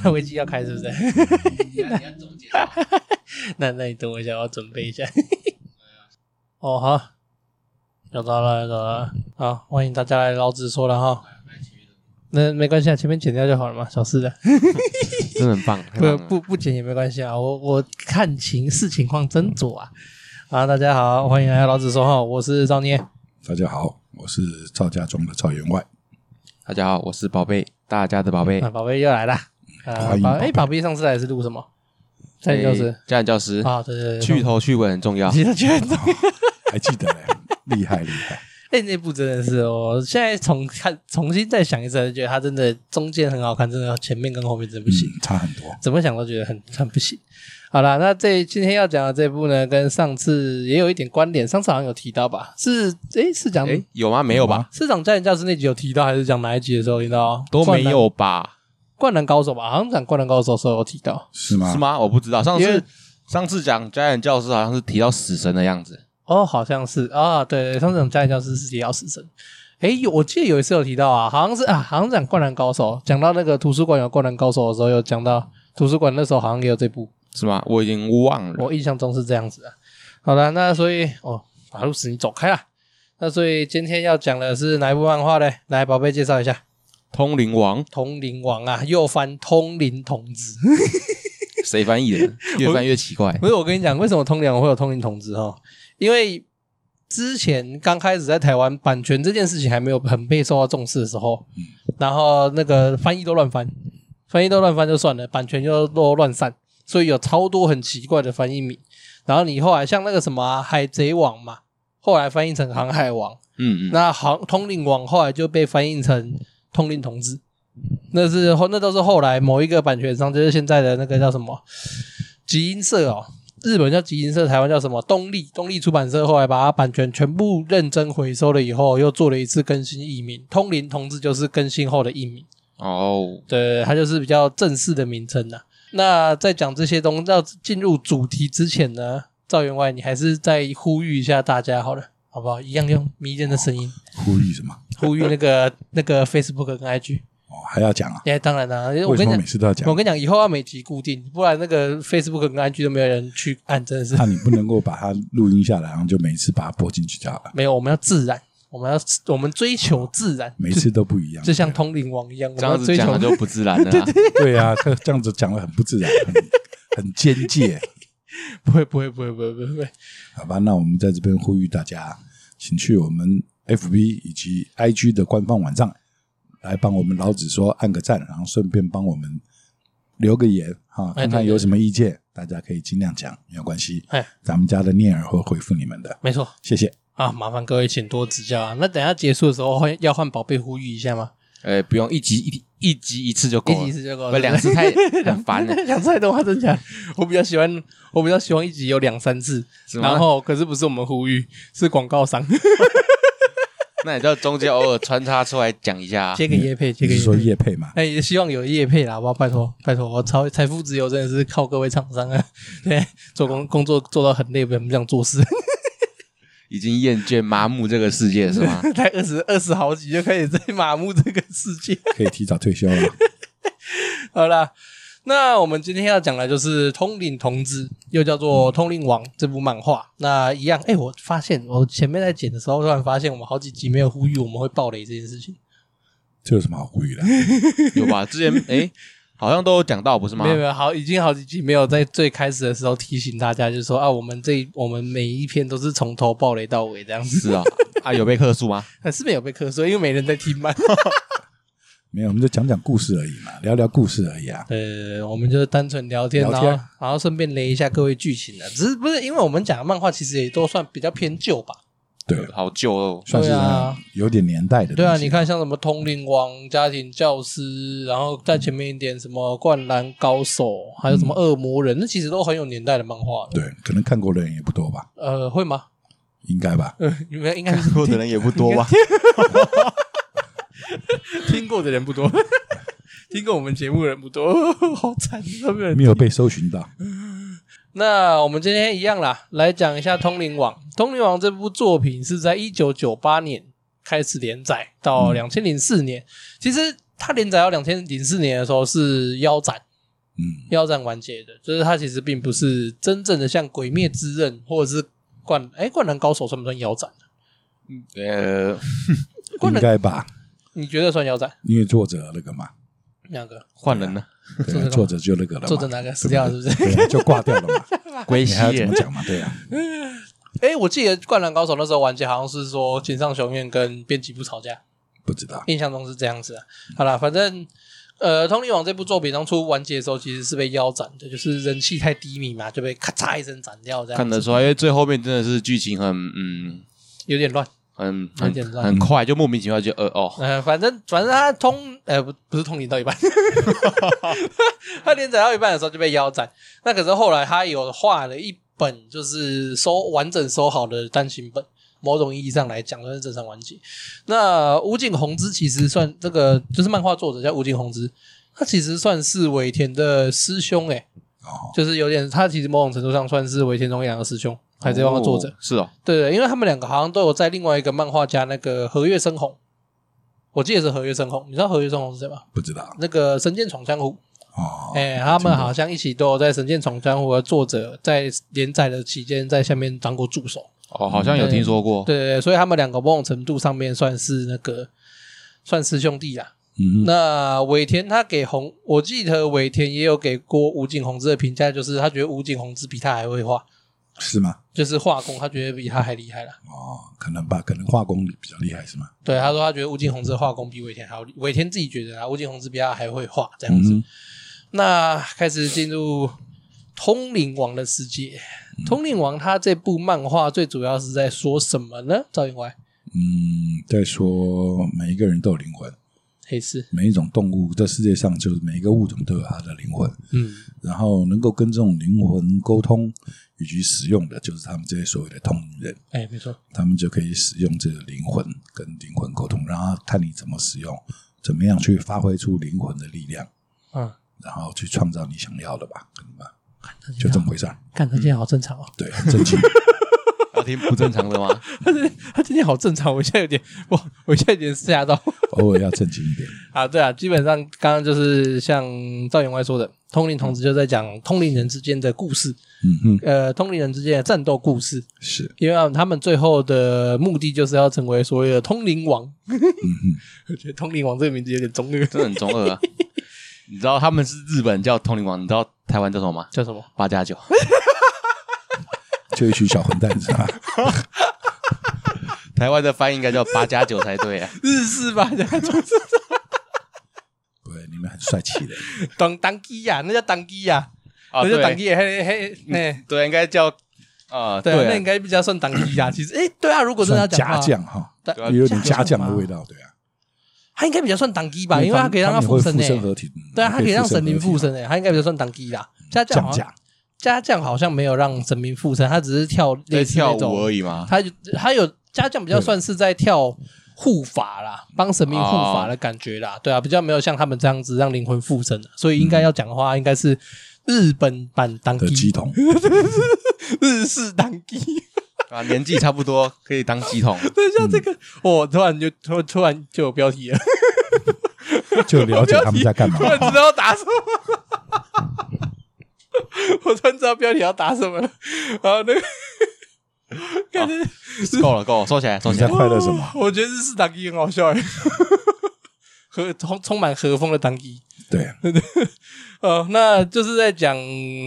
看危机 要开是不是？你要你要总结一下。 那那你等我一下，我要准备一下。 哦，好，有到了，有到了。好，欢迎大家来老子说了哈。那没关系啊，前面剪掉就好了嘛，小事的。真的很棒，太棒不了不不剪也没关系啊，我我看情视情况斟酌啊。好，大家好，欢迎来到老子说哈，我是赵捏。大家好，我是赵家庄的赵员外。大家好，我是宝贝，大家的宝贝啊，，宝贝又来啦。啊，欢迎宝宝贝哎，宝贝上次来是录什么？在教室哎家人教师，啊，对对对，去头去尾很重要。记得去头。还记得嘞， 厉害厉害，哎，那部真的是，我现在重看重新再想一次，还是觉得它真的中间很好看，真的前面跟后面真不行。嗯，差很多。怎么想都觉得很很不行。好啦，那这今天要讲的这部呢，跟上次也有一点关联，上次好像有提到吧？是诶，是讲、哎，有吗？没有吧？是讲家庭教师那集有提到，还是讲哪一集的时候提到？都没灌篮有吧？灌篮高手吧？好像讲灌篮高手的时候有提到。是吗？是吗？我不知道。上因为次上次讲家人教师好像是提到死神的样子，哦，好像是啊，对对，上次讲家庭教师是提到死神。诶，有我记得有一次有提到啊，好像是啊，好像讲灌篮高手，讲到那个图书馆有灌篮高手的时候，有讲到图书馆那时候好像也有这部。是吗？我已经忘了。我印象中是这样子的。啊好了，那所以哦，马路死你走开啦。那所以今天要讲的是哪一部漫画呢？来，宝贝介绍一下《通灵王通灵王》啊，又翻《通灵童子》。谁翻 译的？越翻越奇怪。不是我跟你讲，为什么《通灵王》会有《通灵童子》哈？因为之前刚开始在台湾版权这件事情还没有很被受到重视的时候，然后那个翻译都乱翻，翻译都乱翻就算了，版权又都乱散，所以有超多很奇怪的翻译名。然后你后来像那个什么啊、海贼王》嘛，后来翻译成《航海王》，嗯嗯，那航通灵王后来就被翻译成通灵童子，那是后那都是后来某一个版权商，就是现在的那个叫什么集英社哦，日本叫集英社，台湾叫什么东立，东立出版社后来把它版权全部认真回收了以后，又做了一次更新译名，通灵童子就是更新后的译名。哦，对，它就是比较正式的名称呐、那在讲这些东要进入主题之前呢，赵员外，你还是再呼吁一下大家好了，好不好？一样用迷人的声音呼吁什么？呼吁那个 那个 Facebook 跟 IG。哦，还要讲啊？哎，当然啦、因为我为什跟你么讲每，次都要讲我？跟你讲，以后要每集固定，不然那个 Facebook 跟 IG 都没有人去按，真的是那你不能够把它录音下来，然后就每次把它播进去就好了，没有。我们要自然，我们要我们追求自然，每次都不一样。就像通灵王一样，我这们要样子追讲求了就不自然了啦。对啊，这这样子讲的很不自然，很很尖界。 不会不会不会不会不会不会。好吧，那我们在这边呼吁大家，请去我们 FB 以及 IG 的官方网站来帮我们老子说按个赞，然后顺便帮我们留个言哈，哎看看对对有什么意见，大家可以尽量讲，没有关系，哎，咱们家的念儿会回复你们的，没错谢谢。啊，麻烦各位请多指教啊。那等一下结束的时候换要换宝贝呼吁一下吗？哎，不用一集一一集一次就够一了，集一次就够了，不两 次太很烦了，两次的话真假的？我比较喜欢，我比较喜欢一集有两三次，是吗然后可是不是我们呼吁，是广告商那你就中间偶尔穿插出来讲一下 啊。接个叶配，接你个是说叶配。叶配嘛？哎，也希望有业配啦，好不好？拜托，拜托，我超财富自由真的是靠各位厂商啊！ 对，做啊工工作做到很累，不想做事， 已经厌倦麻木这个世界是 吗？才二十二十好几就开始在麻木这个世界。 可以提早退休了。好啦，那我们今天要讲的就是《通灵童子》，又叫做《通灵王》这部漫画。那一样，哎、我发现我前面在剪的时候，突然发现我们好几集没有呼吁我们会爆雷这件事情。这有什么好呼 吁的？有吧？之前哎，好像都有讲到不是吗没？有没有，好，已经好几集没有在最开始的时候提醒大家，就是说啊，我们这一我们每一篇都是从头爆雷到尾这样子， 是啊，啊有被克数吗？但是没有被克说，因为没人在听 嘛。没有，我们就讲讲故事而已嘛，聊聊故事而已啊。呃，我们就是单纯聊天，聊然天后然后顺便雷一下各位剧情的，只是不是因为我们讲的漫画其实也都算比较偏旧吧。对，好旧哦，算是对啊有点年代的。对啊，你，看像什么《通灵王》《家庭教师》，然后在前面一点什么《灌篮高手》，还有什么《恶魔人》，那其实都很有年代的漫画了。对，可能看过的人也不多吧，呃，会吗？应该吧？呃，你们应该是过的人也不多 吧？听过的人不多，听过我们节目的人不多， 好惨，都没有人没有被搜寻到。那我们今天一样啦，来讲一下《通灵王》。《通灵王》这部作品是在一九九八年开始连载，到两千零四年。其实它连载到两千零四年的时候是腰斩，嗯，要这样完结的，就是它其实并不是真正的像《鬼灭之刃》或者是灌哎、灌篮高手算不算腰斩？啊呃，灌篮应该吧，你觉得算腰斩？因为作者那个嘛，两个换人了，者干对，啊嘛作者就那个了嘛，作者哪个死掉了是不是？对啊，就挂掉了 嘛，归你西还要怎耶么讲嘛？对啊，哎、我记得《灌篮高手》那时候完结好像是说井上雄彦跟编辑部吵架，不知道，印象中是这样子啊。好啦，反正呃，《通灵王》这部作品当初完结的时候，其实是被腰斩的，就是人气太低迷嘛，就被咔嚓一声斩掉，这样看得出来，因为最后面真的是剧情很嗯有点乱。很有点很乱很快，就莫名其妙就呃哦，呃，反正反正他通呃不不是通灵到一半， 他连载到一半的时候就被腰斩。那可是后来他有画了一本就是收完整收好的单行本，某种意义上来讲算是正常完结。那武井宏之其实算这个就是漫画作者叫武井宏之，他其实算是尾田的师兄诶、哦，就是有点他其实某种程度上算是尾田中一郎的师兄，海贼王的作者。哦是哦，对对，因为他们两个好像都有在另外一个漫画家那个和月生红，我记得是和月生红，你知道和月生红是谁吗？不知道，那个《神剑闯江湖》哦，哎、他们好像一起都有在《神剑闯江湖》的作者在连载的期间在下面当过助手，哦，好像有听说过，对对对，所以他们两个某种程度上面算是那个算师兄弟啦。嗯哼，那尾田他给红，我记得尾田也有给过武井宏之的评价，就是他觉得武井宏之比他还会画，是吗？就是画工他觉得比他还厉害啦。哦，可能吧，可能画工比较厉害是吗？对，他说他觉得吴敬宏之的画工比尾田还要厉，尾田自己觉得啊，吴敬宏之比他还会画这样嗯子。哼，那开始进入通灵王的世界。嗯通灵王他这部漫画最主要是在说什么呢？赵云歪，嗯，再说每一个人都有灵魂，黑市，每一种动物，这世界上就是每一个物种都有它的灵魂，嗯然后能够跟这种灵魂沟通以及使用的，就是他们这些所谓的通灵人。哎，没错，他们就可以使用这个灵魂跟灵魂沟通，然后看你怎么使用，怎么样去发挥出灵魂的力量，嗯，然后去创造你想要的吧，可能吧，就这么回事儿。看他今天好正常哦，对，很正经。要啊听不正常的吗？ 他今天好正常，我现在有点，我我现在有点吓到。偶尔要正经一点。啊，对啊，基本上刚刚就是像赵员外说的，通灵童子就在讲通灵人之间的故事，嗯哼，呃，通灵人之间的战斗故事。是，因为他们最后的目的就是要成为所谓的通灵王。嗯 我觉得“通灵王”这个名字有点中二，真的很中二啊！你知道他们是日本叫通灵王，你知道台湾叫什么吗？叫什么？八加九，就一群小混蛋啊是 吧？台湾的翻译应该叫八加九才对 啊！日式吧，叫不会，你们很帅 气的。当当基呀，那叫当基呀，啊，那叫当对基呀，嘿嘿，嘿对，应该叫啊，对啊，那应对啊，该比较算当基呀。其实，哎，对啊，如果真的要算讲家的话，将哈，对对啊也有点家将嘛的味道，对啊。他应该比较算当基吧，因为他他可以让他们附会身附身诶，合体，嗯对啊，他可以让神明附附身诶，他应该比较算当基啦。家将降好像价。家将好像没有让神明附身，他只是跳在类似跳那舞种而已嘛。他就他有家将比较对算是在跳护法啦，帮神明护哦法的感觉啦，对啊，比较没有像他们这样子让灵魂附身啊所以应该要讲的话，应该是日本版当嗯的鸡机，桶，日式当机。 啊，年纪差不多，可以当鸡桶。等一下，嗯这个我突然就突突然就有标题了，就了解他们在干 嘛突。然知道打什么了。 我突然知道标题要打什么了，然后那个， 感觉哦够了，够了，收起来，收你起在来。啊嗯快乐什么？我觉得日式当机很好笑欸， 和充充满和风的当机。对，呃，那就是在讲，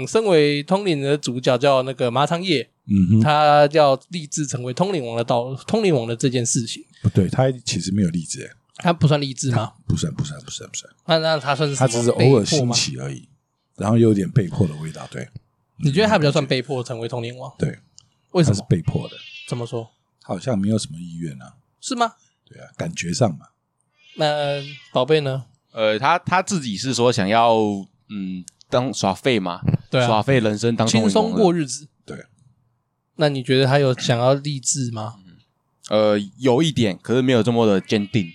身为通灵的主角叫那个麻仓叶，嗯哼，他要立志成为通灵王的道，通灵王的这件事情，不对，他其实没有例子，欸他不算励志吗？不算，不算，不算，不算，那那他算是嗯他只是偶尔被迫兴吗？起而已，然后又有点被迫的味道。对，你觉得他比较算被迫成为通灵王？对，为什他是么？被迫的，怎么说？他好像没有什么意愿啊。是吗？对啊，感觉上嘛，那宝贝呢？呃，他他自己是说想要嗯当耍废嘛，对啊耍废人生当轻松过过。日子。对，那你觉得他有想要励志吗？呃，有一点，可是没有这么的坚定。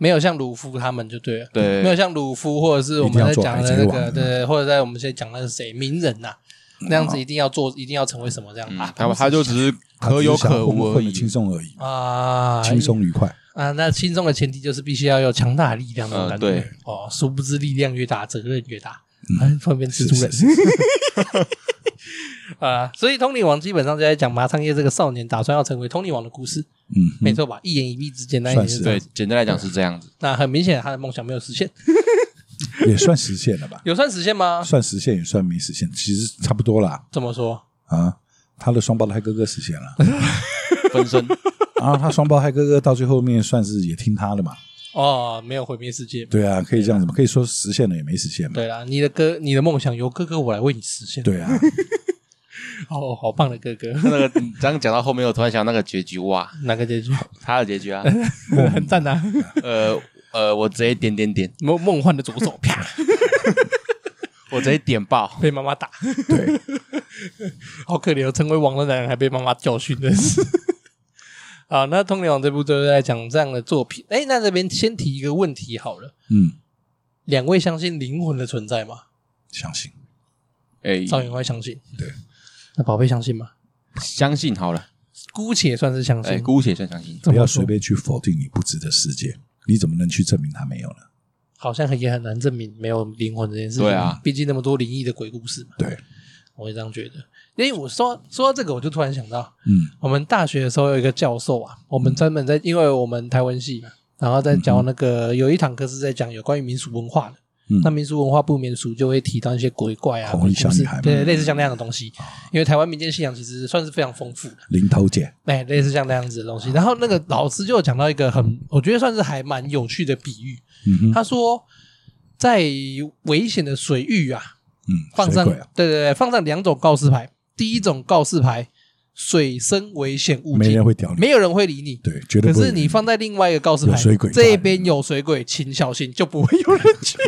没有像鲁夫他们就对了，对没有像鲁夫或者是我一定们要在做讲海的贼那王个，啊对，或者在我们现在讲的是谁名人呐、那样嗯子一定要做，一定要成为什么这样、嗯啊？他他就只是他只可是有想可无混而混的已。轻松而已，啊，轻松愉快。啊，那轻松的前提就是必须要有强大的力量那种呃感觉。对哦，殊不知力量越大，责任越大。哎，突然变蜘蛛人嗯是是是 啊！所以《通灵王》基本上就在讲麻仓叶这个少年打算要成为通灵王的故事，嗯，没错吧？一言一蔽之间，那一点算是就对，简单来讲是这样子。那很明显他的梦想没有实现，？也算实现了吧有算实现吗？算实现也算没实现，其实差不多啦。怎么说？啊，他的双胞胎哥哥实现了，分身， 然后他双胞胎哥哥到最后面算是也听他的嘛。哦，没有毁灭世界。对啊，可以这样子嘛，可以说实现了也没实现嘛。对啦，你的哥，你的梦想由哥哥我来为你实现。，对啊，哦，好棒的哥哥， 那个你刚刚讲到后面，我突然想到那个结局，哇，哪个结局？他的结局啊，很 赞啊！呃呃，我直接点点点，梦梦幻的左 手，啪，我直接点爆，被妈妈打。对， 好可怜哦，成为王的男人还被妈妈教训，真是。 好，那《通灵王》这部就是在讲这样的作品。哎，那这边先提一个问题好了，嗯，两位相信灵魂的存在吗？相信 哎，赵员会相信，对。那宝贝相信吗？相信好了，姑且算是相哎，信，姑且算相信，这不么要说随便去否定你不知的世界，你怎么能去证明他没有呢？好像也很难证明没有灵魂这件事情。对啊毕竟那么多灵异的鬼故事嘛，对，我会这样觉得。因为我说说到这个，我就突然想到，嗯我们大学的时候有一个教授啊，我们专门在，因为我们台湾系嘛，然后在教那个有一堂课是在讲有关于民俗文化的。嗯那民俗文化不免俗就会提到一些鬼怪啊、红鬼衣故小事女孩，嘛啊对，类似像那样的东西。因为台湾民间信仰其实算是非常丰富的，零头姐，哎，类似像那样子的东啊西。然后那个老师就有讲到一个很，我觉得算是还蛮有趣的比喻。嗯哼，他说，在危险的水域啊，嗯，放上、水鬼啊对对对，放上两种告示牌。第一种告示牌，水深危险物没件人，会屌你，没有人会理你。对，绝对可不会是你放在另外一个告示牌，有水鬼这边有水鬼，请小心，就不会有人 去。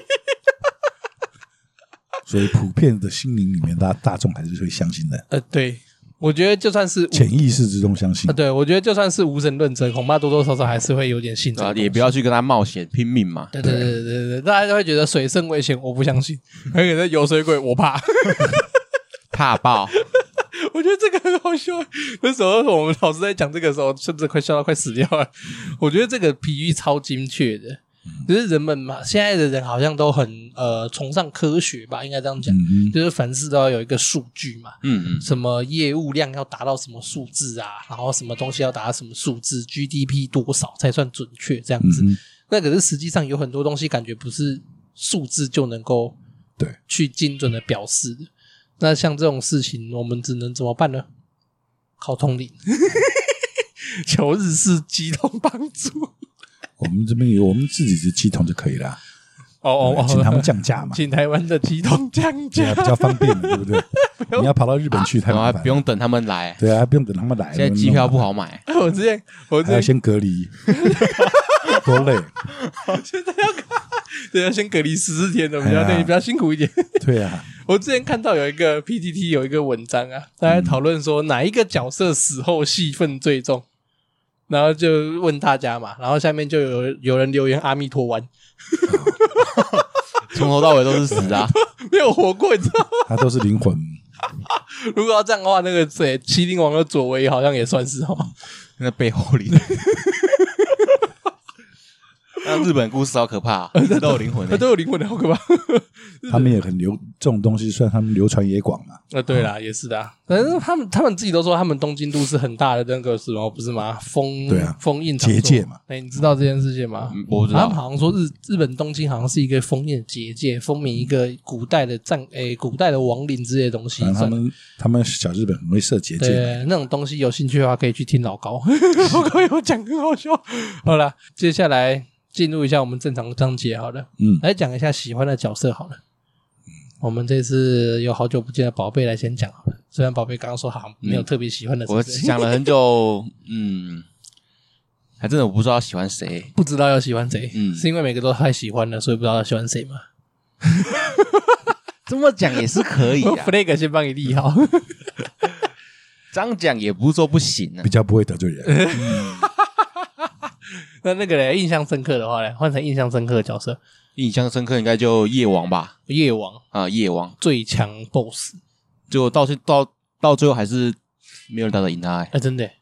所以普遍的心灵里面，大大众还是会相信的，呃，对，我觉得就算是无潜意识之中相信啊，。对我觉得就算是无神论者，恐怕多多少少还是会有点信这对啊个吧？东西也不要去跟他冒险拼命嘛，对对对对对对，大家都会觉得水深危险，我不相信；而且有水鬼，我怕。怕 爆，我觉得这个很好笑。 那时候我们老师在讲这个时候，甚至快笑到快死掉了。我觉得这个比喻超精确的，就是人们嘛，现在的人好像都很呃崇尚科学吧，应该这样讲，嗯哼，就是凡事都要有一个数据嘛。嗯嗯，什么业务量要达到什么数字啊，然后什么东西要达到什么数字，GDP 多少才算准确这样嗯子。哼，那可是实际上有很多东西感觉不是数字就能够对去精准的表示的。那像这种事情，我们只能怎么办呢？靠通灵，求日式鸡通帮助。我们这边有我们自己的系统就可以了，哦请他们降价嘛，请台湾的 鸡通降这价样比。较方 便嘛，对不对？你要跑到日本去太然后麻还烦，不，用等他们来，对啊，还不用等他们来，现在机票不好，好买， 我之前，我之还要前先 隔离，多累，对要先隔离十四天的，比哎较呀对比较辛苦一点。对啊，我之前看到有一个 PTT 有一个文章啊，大家讨论说哪一个角色死后戏份最重，然后就问大家嘛，然后下面就有有人留言阿弥陀丸从头到尾都是死 啊，没有活过，你知道吗？ 他都是灵魂，如果要这样的话，那个谁麒麟王的左为好像也算是哦。那背后里。 那日本故事好可怕、 啊，一直都有灵魂那的、都有灵魂的，好可怕。 他们也很流这种东西，算他们流传也广嘛。那对啦，也是的、啊，反正他们他们自己都说他们东京都是很大的那个什么，不是吗？封对啊封印场所结界嘛。哎、你知道这件事情吗？嗯我不知他们道，好像说日日本东京好像是一个封印的结界，封印一个古代的战诶、古代的亡灵之类的东西反。正他算们他们小日本很会设结界，对那种东西有兴趣的话，可以去听老高， 老高有讲很好笑。好了，接下来进入一下我们正常的章节好了，嗯来讲一下喜欢的角色好了。我们这次有好久不见的宝贝来先讲好了，虽然宝贝刚刚说好像没有特别喜欢的角我 色，想了很久，嗯，还真的我不知道喜欢谁，不知道要喜欢谁，嗯是因为每个都太喜欢了，所以不知道要喜欢谁吗？这么讲也是可以我啊， flag 先帮你立好。 这样讲也不是说不行啊比。较不会得罪 人。那那个嘞，印象深刻的话嘞，换成印象深刻的角色，印象深刻应该就夜王吧，夜王啊，夜王，最强 BOSS，就到最到到最后还是没有人打得赢他、欸哎、，真的耶，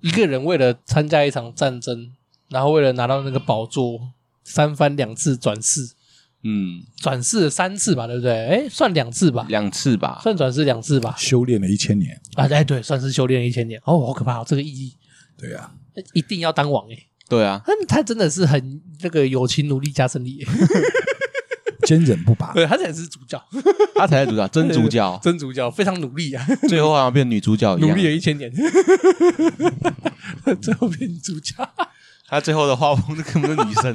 一个人为了参加一场战争，然后为了拿到那个宝座，三番两次转世，嗯，转世三次吧，对不对？哎，算两次吧，两次吧，算转世两次吧。修炼了一千年，啊，哎，对，算是修炼了一千年。哦，好可怕、哦，这个意义对呀、啊，一定要当王哎、对啊，他他真的是很那个有勤努力加胜利、欸，坚韧 不 拔。对他才是主角，，他才 是主角，真主角真主角，非常努力啊，最后好像变女主角 一努样力。了一千 年，最后变主角他最后的画风就根本是女 生，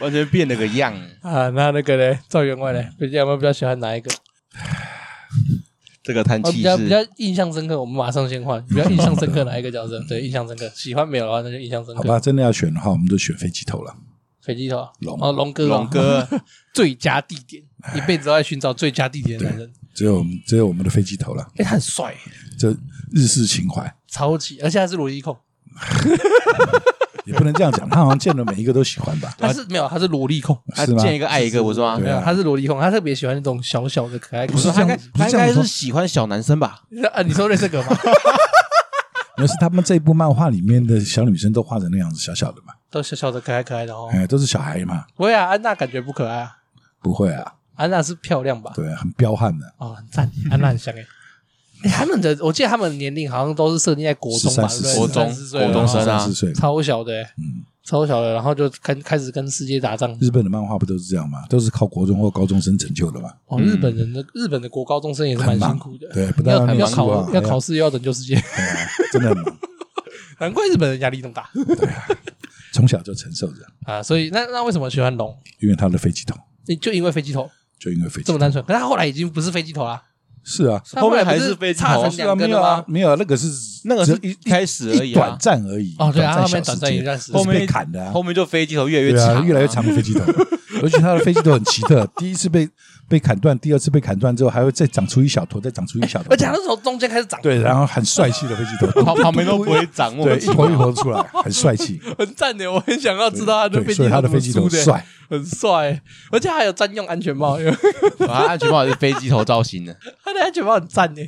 完全变了个样。啊。那那个嘞，赵员外嘞，嗯比较有没有比较喜欢哪一个？这个叹啊、气比较比较是印象深刻，我们马上先换。比较印象深刻哪一个角 色？对，印象深刻。喜欢没有的话，那就印象深好刻。吧，真的要选的话，我们就选飞机头了。飞机头龙哦，龙哥，龙，哥， 最佳地点，一辈子都在寻找最佳地点的男人。只有我们，只有我们的飞机头了，哎，他很帅欸，这日式情怀超级，而且他是裸衣控，？也不能这样讲。他好像见了每一个都喜欢吧他是没有，他是萝莉控， 他是吗？见一个爱一个，我说啊啊对没啊有，他是萝莉控，他特别喜欢那种小小的可爱。不是他应该不他是这样应该说是喜欢小男生吧？啊，你说的这个 吗？那是他们这部漫画里面的小女生都画成那样子，小小的嘛，都小小的可爱可爱的哦。哎，都是小孩嘛，不会啊，安娜感觉不可爱啊，不会啊，安娜是漂亮吧？对，啊很彪悍的，哦，很赞，安娜很香哎。 哎，他们的，我记得他们的年龄好像都是设定在国中吧， 13对不对国中13岁了哦国中生啊三十岁，超小的、欸，嗯，超小的，然后就开开始跟世界打仗。日本的漫画不都是这样吗？都是靠国中或高中生成就的嘛，哦，日本人的、日本的国高中生也是蛮很忙辛苦的，嗯对不但要要念要书啊考要还要考试又要拯救世界， 对啊，真的很忙，难怪日本人压力这么大从小就承受着，啊！所以那那为什么喜欢龙？因为他的飞机头，你就因为飞机头就因为飞这机么头，单纯，可是他后来已经不是飞机头啦，是啊，他后来后面还不是是飞机头差成是啊，两没根有了啊吗，？没有啊，那个是那个只是一开始而一已啊短，暂而已，哦对啊短暂他后面短暂一段时间后面被砍的啊后，面就飞机头越来越对啊，长，越来越长。的飞机头，而且他的飞机头很奇特，第一次被被砍断，第二次被砍断之后，还会再长出一小坨，再长出一小坨而且，他是从中间开始长，对，然后很帅气的飞机头，旁旁边都不会长，莫对，名一其坨一妙。坨出来，很帅气。很赞的，我很想要知道他的飞机对，头所以他的飞机头怎么梳的，帅，很帅，而且还有专用安全帽，因为 啊，安全帽也是飞机头造型的，他的安全帽很赞呢。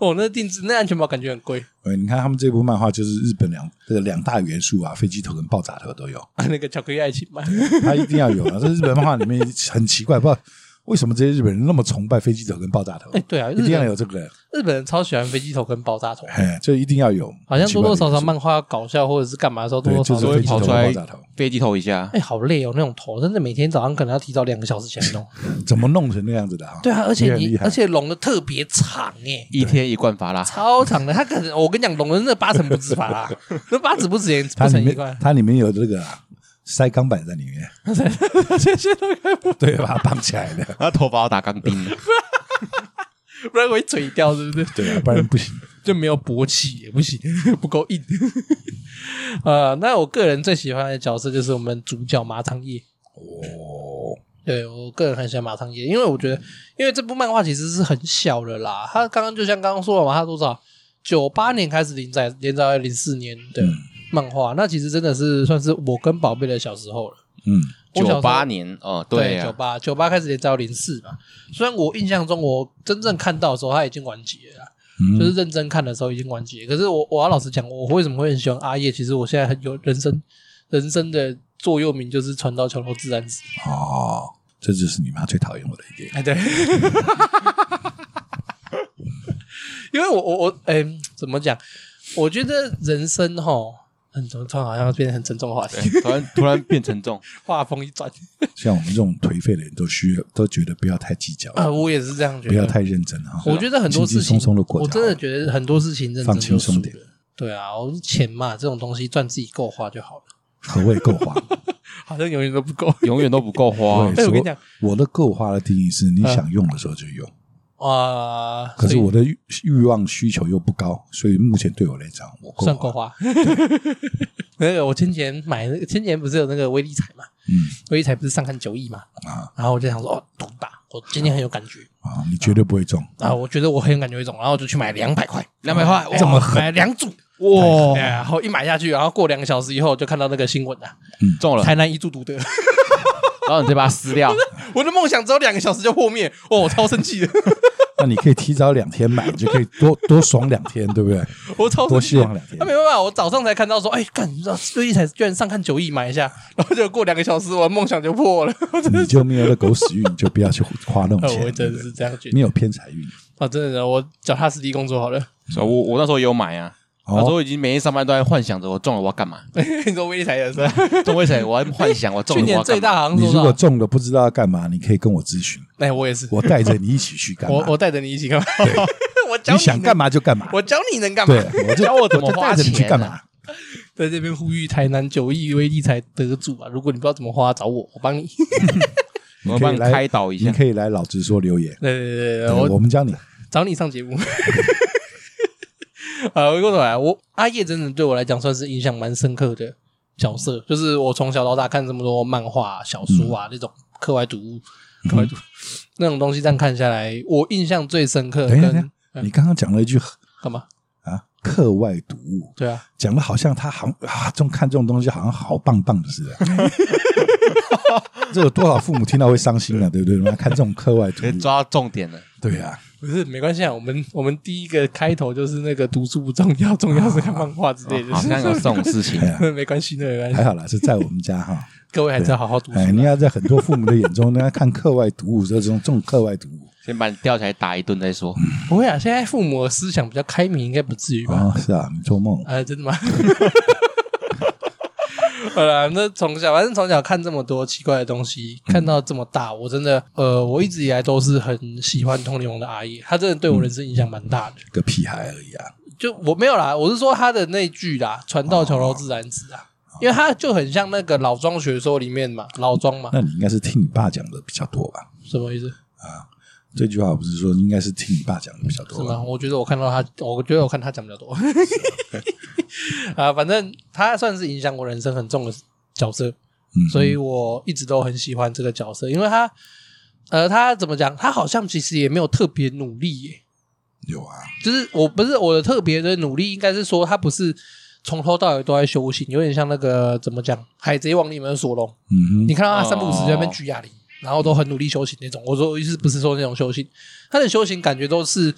哦，那定制那安全帽感觉很贵，呃，你看他们这部漫画就是日本两这个两大元素啊，飞机头跟爆炸头都有，啊，那个巧克力爱情嘛，它一定要有啊。这日本漫画里面很奇怪，不知道为什么这些日本人那么崇拜飞机头跟爆炸头，哎，对啊，一日定要本有这个，日本人超喜欢飞机头跟爆炸头，哎，就一定要有。好像多多少少漫漫画搞笑或者是干嘛的时候，多对，多就少是少都飞会机头跑跟出来爆炸头，飞机头一下哎、，好累哦，那种头真的每天早上可能要提早两个小时起来弄。怎么弄成那样子的啊？ 对啊，而且也很你厉害而且拢的特别长哎、一天一罐法拉，超长的。它可能我跟你讲，拢的那八成不止吧 啦，那八成不止也不它里成一面块。它里面有这个啊塞钢板在里面， 现在都开不，对，把它绑起来的，他头发要打钢钉，不然会垂掉，是不是？对啊，不然不行。就没有勃起也不行， 不够硬。呃，那我个人最喜欢的角色就是我们主角麻汤叶。哦，对我个人很喜欢马汤叶，因为我觉得，因为这部漫画其实是很小的啦。它刚刚就像刚刚说了嘛，它多少九八年开始连载，连载到零四年的漫画，那其实真的是算是我跟宝贝的小时候了。嗯， 我小时九候八年哦，对九呀，八九八开始连载到零四嘛。虽然我印象中，我真正看到的时候，它已经完结了啦，嗯就是认真看的时候已经完结。可是我我要老实讲，我为什么会很喜欢阿叶？其实我现在很有人生人生的座右铭就是“船到桥头自然直”。哦，这就是你妈最讨厌我的一点。哎，对，因为我我我，哎、怎么讲？我觉得人生吼，很怎么突然好像变成很沉重的话题，突然 突然变沉重，话锋一转。像我们这种颓废的人都需要都觉得不要太计较，啊，我也是这样觉不要得。太认真啊。我觉得很多事情，轻轻松松的过我就好真了的觉得很多事情认真放就轻输松点了。对啊，我钱嘛，这种东西赚自己够花就好了，何谓够 花？好像永远都不够。永远都不够花 哎我对。所跟你讲我的够花的定义是你想用的时候就用，啊、可是所以我的欲欲望需求又不高，所以目前对我来讲，我算够够花。花。 那个我前几年买那个，前几年不是有那个威力彩嘛？嗯威力彩不是上看九亿嘛？啊然后我就想说，哦，赌吧，我今天很有感觉啊，你绝对不会中，啊，我觉得我很有感觉一种，然后就去买两百块，两百块，哎哇买两注，哇哎，然后一买下去，然后过两个小时以后就看到那个新闻了、中了，台南一注独得， 然后你再把它撕掉，我的梦想只有两个小时就破灭，哦，我超生气的，那你可以提早两天买，你就可以多 多爽两天，对 不对？我超生多气希的望两天那、。没办法，我早上才看到说，哎、干，你知道最近才居然上看九亿买一下， 然后就过两个小时，我的梦想就破了。你就没有那狗屎运，你就不要去花那种呃钱。 我真对的不是对这样觉得没有偏财运。啊，真的，我脚踏实地工作好了。 所以我我那时候也有买啊，那时哦，候已经每天上班都在幻想着我中了我要干嘛，你说威力才也是，啊中威彩我还幻想我中 去了我年要最干大嘛。好像你多如果少？中了不知道要干嘛，你可以跟我咨询，哎、我也是，我带着你一起去干嘛。我我带着你一起干嘛？ 我教你你想能干？嘛就干嘛。我教你能干嘛对？，我就教我怎么我就带着你去花钱干呢嘛？在这边呼吁台南九亿威力才得主啊！如果你不知道怎么花，找我，我帮你。 我你可帮以你来开导一你下，可以来老直说留言，对对对对，对呃我我们教你。找你上节目。 啊，回过头来，我阿叶真的对我来讲算是印象蛮深刻的角色，就是我从小到大看这么多漫画、啊、小说啊、那种课外读物、嗯课外读物那种东西，这样看下来，我印象最深刻等一下，呃跟等一下，你刚刚讲了一句干嘛？啊，课外读物，对啊，讲的好像他好像啊，这种看这种东西好像好棒棒的似的。 这有多少父母听到会伤心啊，对不对？妈看这种课外读可以物，抓到重点了。对啊，不是没关系啊。我们我们第一个开头就是那个读书不重要，重要是看漫画之哦类的，哦好像有这种事 情哎，呀那 没关系，那没关系还。好啦，是在我们家哈。各位还是要好好读书啊。哎哎，你要在很多父母的眼中，呢，看课外读物，这种这种课外读物先把你吊起来打一顿再说。嗯不会啊，现在父母的思想比较开明，应该不至于吧？啊，是啊，你做梦。啊，真的吗？ 好啦，那从小反正从小看这么多奇怪的东西，看到这么大，我真的呃，我一直以来都是很喜欢通灵王的阿叶，他真的对我人生影响蛮大的。个屁孩而已啊！就我没有啦，我是说他的那句啦，“船到桥头自然直”啊，因为他就很像那个老庄学说里面嘛，老庄嘛，那你应该是听你爸讲的比较多吧？什么意思？这句话不是说应该是听你爸讲的比较是多啊吧吗？？我觉得我看到他，我觉得我看他讲比较多。 啊，反正他算是影响我人生很重的角色，嗯所以我一直都很喜欢这个角色，因为他，呃，他怎么讲？他好像其实也没有特别努力耶，有啊，就是我不是我的特别的努力，应该是说他不是从头到尾都在修行，有点像那个怎么讲，《海贼王》里面的索隆，嗯哦你哼，看到他三不五时就在那边举哑铃，然后都很努力修行那种。我说意思不是说那种修行，他的修行感觉都是。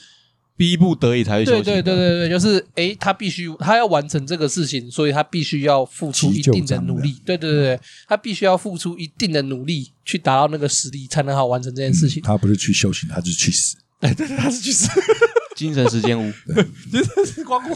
逼不得已才会休对息。对对，对对，就是诶，他必须他要完成这个事情，所以他必须要付出一定的努力。对对嗯对，对他必须要付出一定的努力去达到那个实力，才能好完成这件事情。他不是去修行，他就是去死。 他是去死，精神时间 屋，是光顾。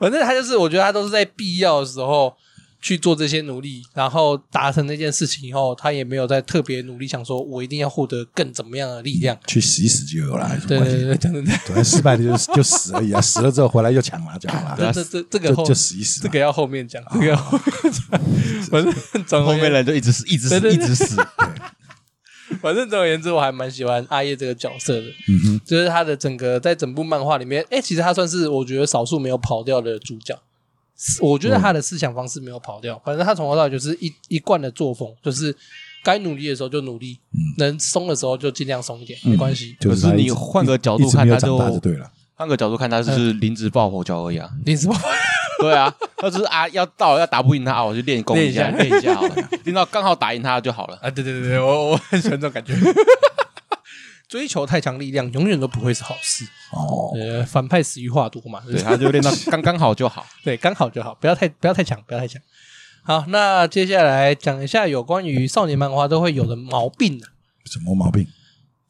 反正他就是，我觉得他都是在必要的时候去做这些努力，然后达成那件事情以后，他也没有在特别努力，想说我一定要获得更怎么样的力量。去死一死就有了，有什么对关对系？对，真的，反正失败的 就就死而已啊，死了之后回来又抢了就好这了，这这这个啊就后就死一死啊哦这嘛。个要后面讲，这个要后面讲。反正转后回来面人就一直死，一直对，死对一对直死。反正总而言之，我还蛮喜欢阿叶这个角色的，嗯哼，就是他的整个在整部漫画里面，哎、其实他算是我觉得少数没有跑掉的主角。是我觉得他的思想方式没有跑掉，反正他从头到尾就是一一贯的作风，就是该努力的时候就努力，能松的时候就尽量松一点，没关系。就可他是一你直换个角度一直没有看他长就大就对了。换个角度看，他就是临时抱佛脚而已啊。你是不？对啊，要是啊要到了要打不赢他啊，我就练功一下，练练一下好了，练到刚好打赢他就好了。啊，对对对对，我我很喜欢这种感觉。 追求太强力量，永远都不会是好事。哦，呃，反派死于话多嘛，对，他就练到刚刚好就好。对，刚好就好，不要太不要太强，不要太强。好，那接下来讲一下有关于少年漫画都会有的毛病啊什么毛病？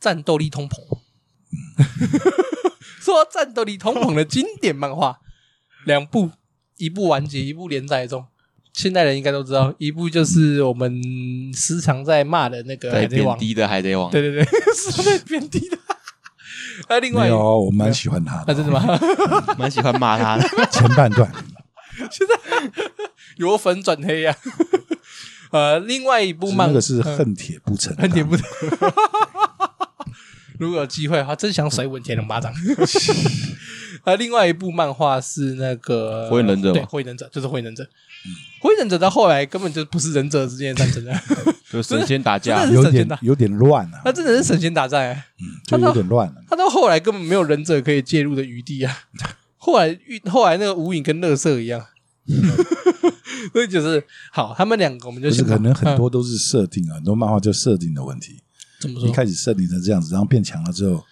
战斗力通膨。 说到战斗力通膨的经典漫画，两部，一部完结，一部连载中。现代人应该都知道，一部就是我们时常在骂的那个《海对，贼王贬》，低的海贼王，对对对， 是在贬低的。那另没外一有，部，我蛮喜欢他啊，的。真的 吗？蛮喜欢骂他的。前 半段由粉转黑呀、啊。 呃，另外一部是漫那个是恨铁不成很钢，嗯点不得。 如果有机会的话，真想甩文田两 巴掌。啊，另外一部漫画是那个《火影忍者吗对，《火影忍者》就是《火影忍者》火影忍者》到后来根本就不是忍者之间的战争啊 了， 就神仙打架真，的有是真点的有点乱啊那，真的是神仙打战、欸，就有点乱了。啊他到后来根本没有忍者可以介入的余地啊。后来后来那个无影跟乐色一样， 所以就是好，他们两个我们就不是，先可能很嗯多都是设定啊，很多漫画就设定的问题。怎么一说？开始设定成这样子，然后变强了之后，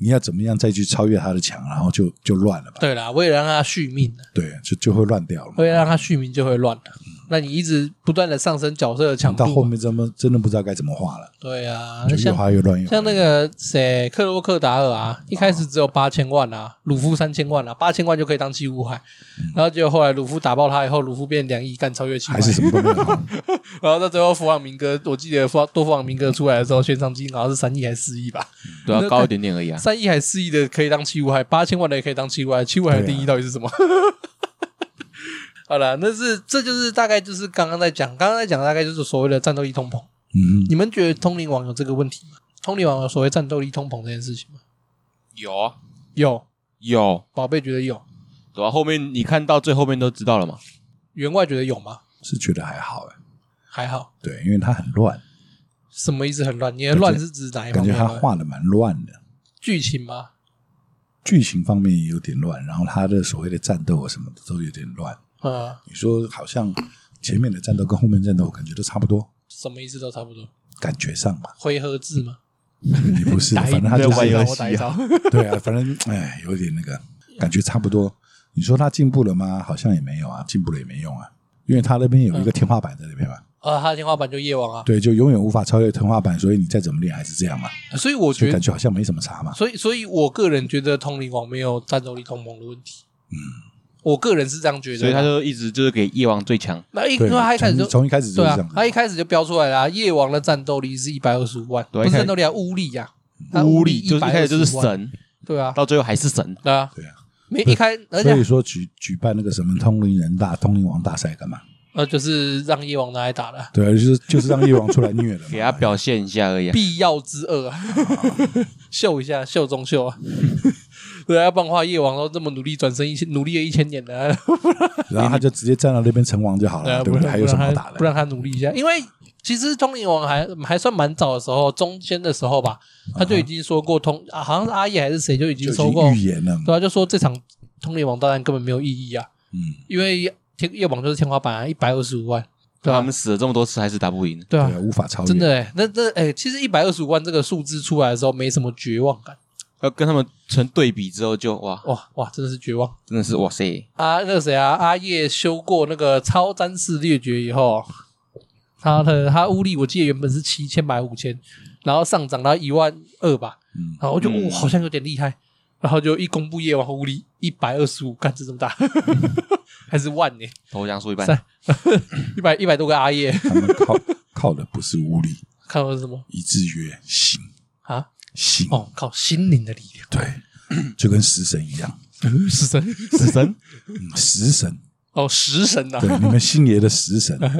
你要怎么样再去超越他的墙，然后就就乱了吧？对啦，为了让它续命，啊对，就就会乱掉了嘛。为了让它续命就会乱了。那你一直不断的上升角色的强度到嘛，后面真的真的不知道该怎么画了，对啊，就越像画越乱越嗯像那个谁，克洛克达尔啊，一开始只有八千万啊，鲁夫三千万啊，八千万就可以当七五海，然后结果后来鲁夫打爆他以后，鲁夫变两亿，干超越七五海嗯还，是什么都没有 好。然后到最后弗朗明哥，我记得弗多弗朗明哥出来的时候，悬赏金好像是三亿还是四亿吧，对啊，高一点点而已啊。三亿还是四亿的可以当七五海，八千万的也可以当七五海，七五海啊的定义到底是什么？ 好了，那是这就是大概就是刚刚在讲，刚刚在讲大概就是所谓的战斗力通膨。嗯，你们觉得通灵王有这个问题吗？通灵王有所谓战斗力通膨这件事情吗？有啊，有，有，宝贝觉得有，对啊，后面你看到最后面都知道了嘛。员外觉得有吗？是觉得还好哎，还好，对，因为它很乱，什么意思很乱？你的乱是指哪一感方觉面它吗？画的蛮乱的，剧情吗？剧情方面也有点乱，然后它的所谓的战斗啊什么的都有点乱。嗯，你说好像前面的战斗跟后面战斗感觉都差不多，什么意思都差不多，感觉上吧，回合制吗？也 不是，打反赢正它再就哎玩是游我打戏一啊招， 对啊，反正哎，有点那个感觉差不多。你说他进步了吗？好像也没有啊，进步了也没用啊，因为他那边有一个天花板在那边嘛，啊，他的天花板就夜王啊，对，就永远无法超越天花板，所以你再怎么练还是这样嘛，所以我所以觉得，感觉好像没什么差嘛。所以所以我个人觉得通灵王没有战斗力通膨的问题。嗯，我个人是这样觉得啦，所以他就一直就是给夜王最强，那一因对，为他一开始就从从一开始就对是啊这样，子。他一开始就标出来啦，夜王的战斗力是一百二十五万，对不是一开战斗力啊，巫力呀、啊，乌力就是一开始就是125万，神，对啊，到最后还是神。对啊，对啊，没一开，而所以且说举举办那个什么通灵人大、通灵王大赛干嘛？呃，就是让夜王拿来打的对啊，就是就是让夜王出来虐 的嘛。给他表现一下而已、啊。必要之恶 啊，秀一下，秀中秀啊， 对啊，要不然的话夜王都这么努力转身一千，努力了一千年了，啊然后他就直接站到那边成王就好对啊了，不对不然对？还有什么好打不的？让他努力一下，因为其实通灵王还还算蛮早的时候，中间的时候吧，啊他就已经说过通，啊好像是阿叶还是谁就已就经已说经过，预言了嘛，对啊，就说这场通灵王大战根本没有意义啊，嗯，因为天夜王就是天花板啊，一百二十五万，对他啊们，死了这么多次还是打不赢，对对啊啊，，无法超越。真的哎、那那哎、其实一百二十五万这个数字出来的时候，没什么绝望感，要跟他们成对比之后就哇，哇哇，真的是绝望真的是哇塞，啊！那个谁啊，阿叶修过那个超詹式略决以后，他的他乌力我记得原本是七千买五千，然后上涨到一万二吧，嗯然后我就、嗯哇，好像有点厉害，然后就一公布夜王乌力一百二十五，干这这么大， 还是万呢、投降输一半，三一百一百多个阿叶，他们靠靠的不是武力，看到是什么一致曰心啊？心，哦，靠，心灵的力量，对，就跟食神一样，食神死神 嗯食神，哦，食神呐、啊，对，你们星爷的 食神，哎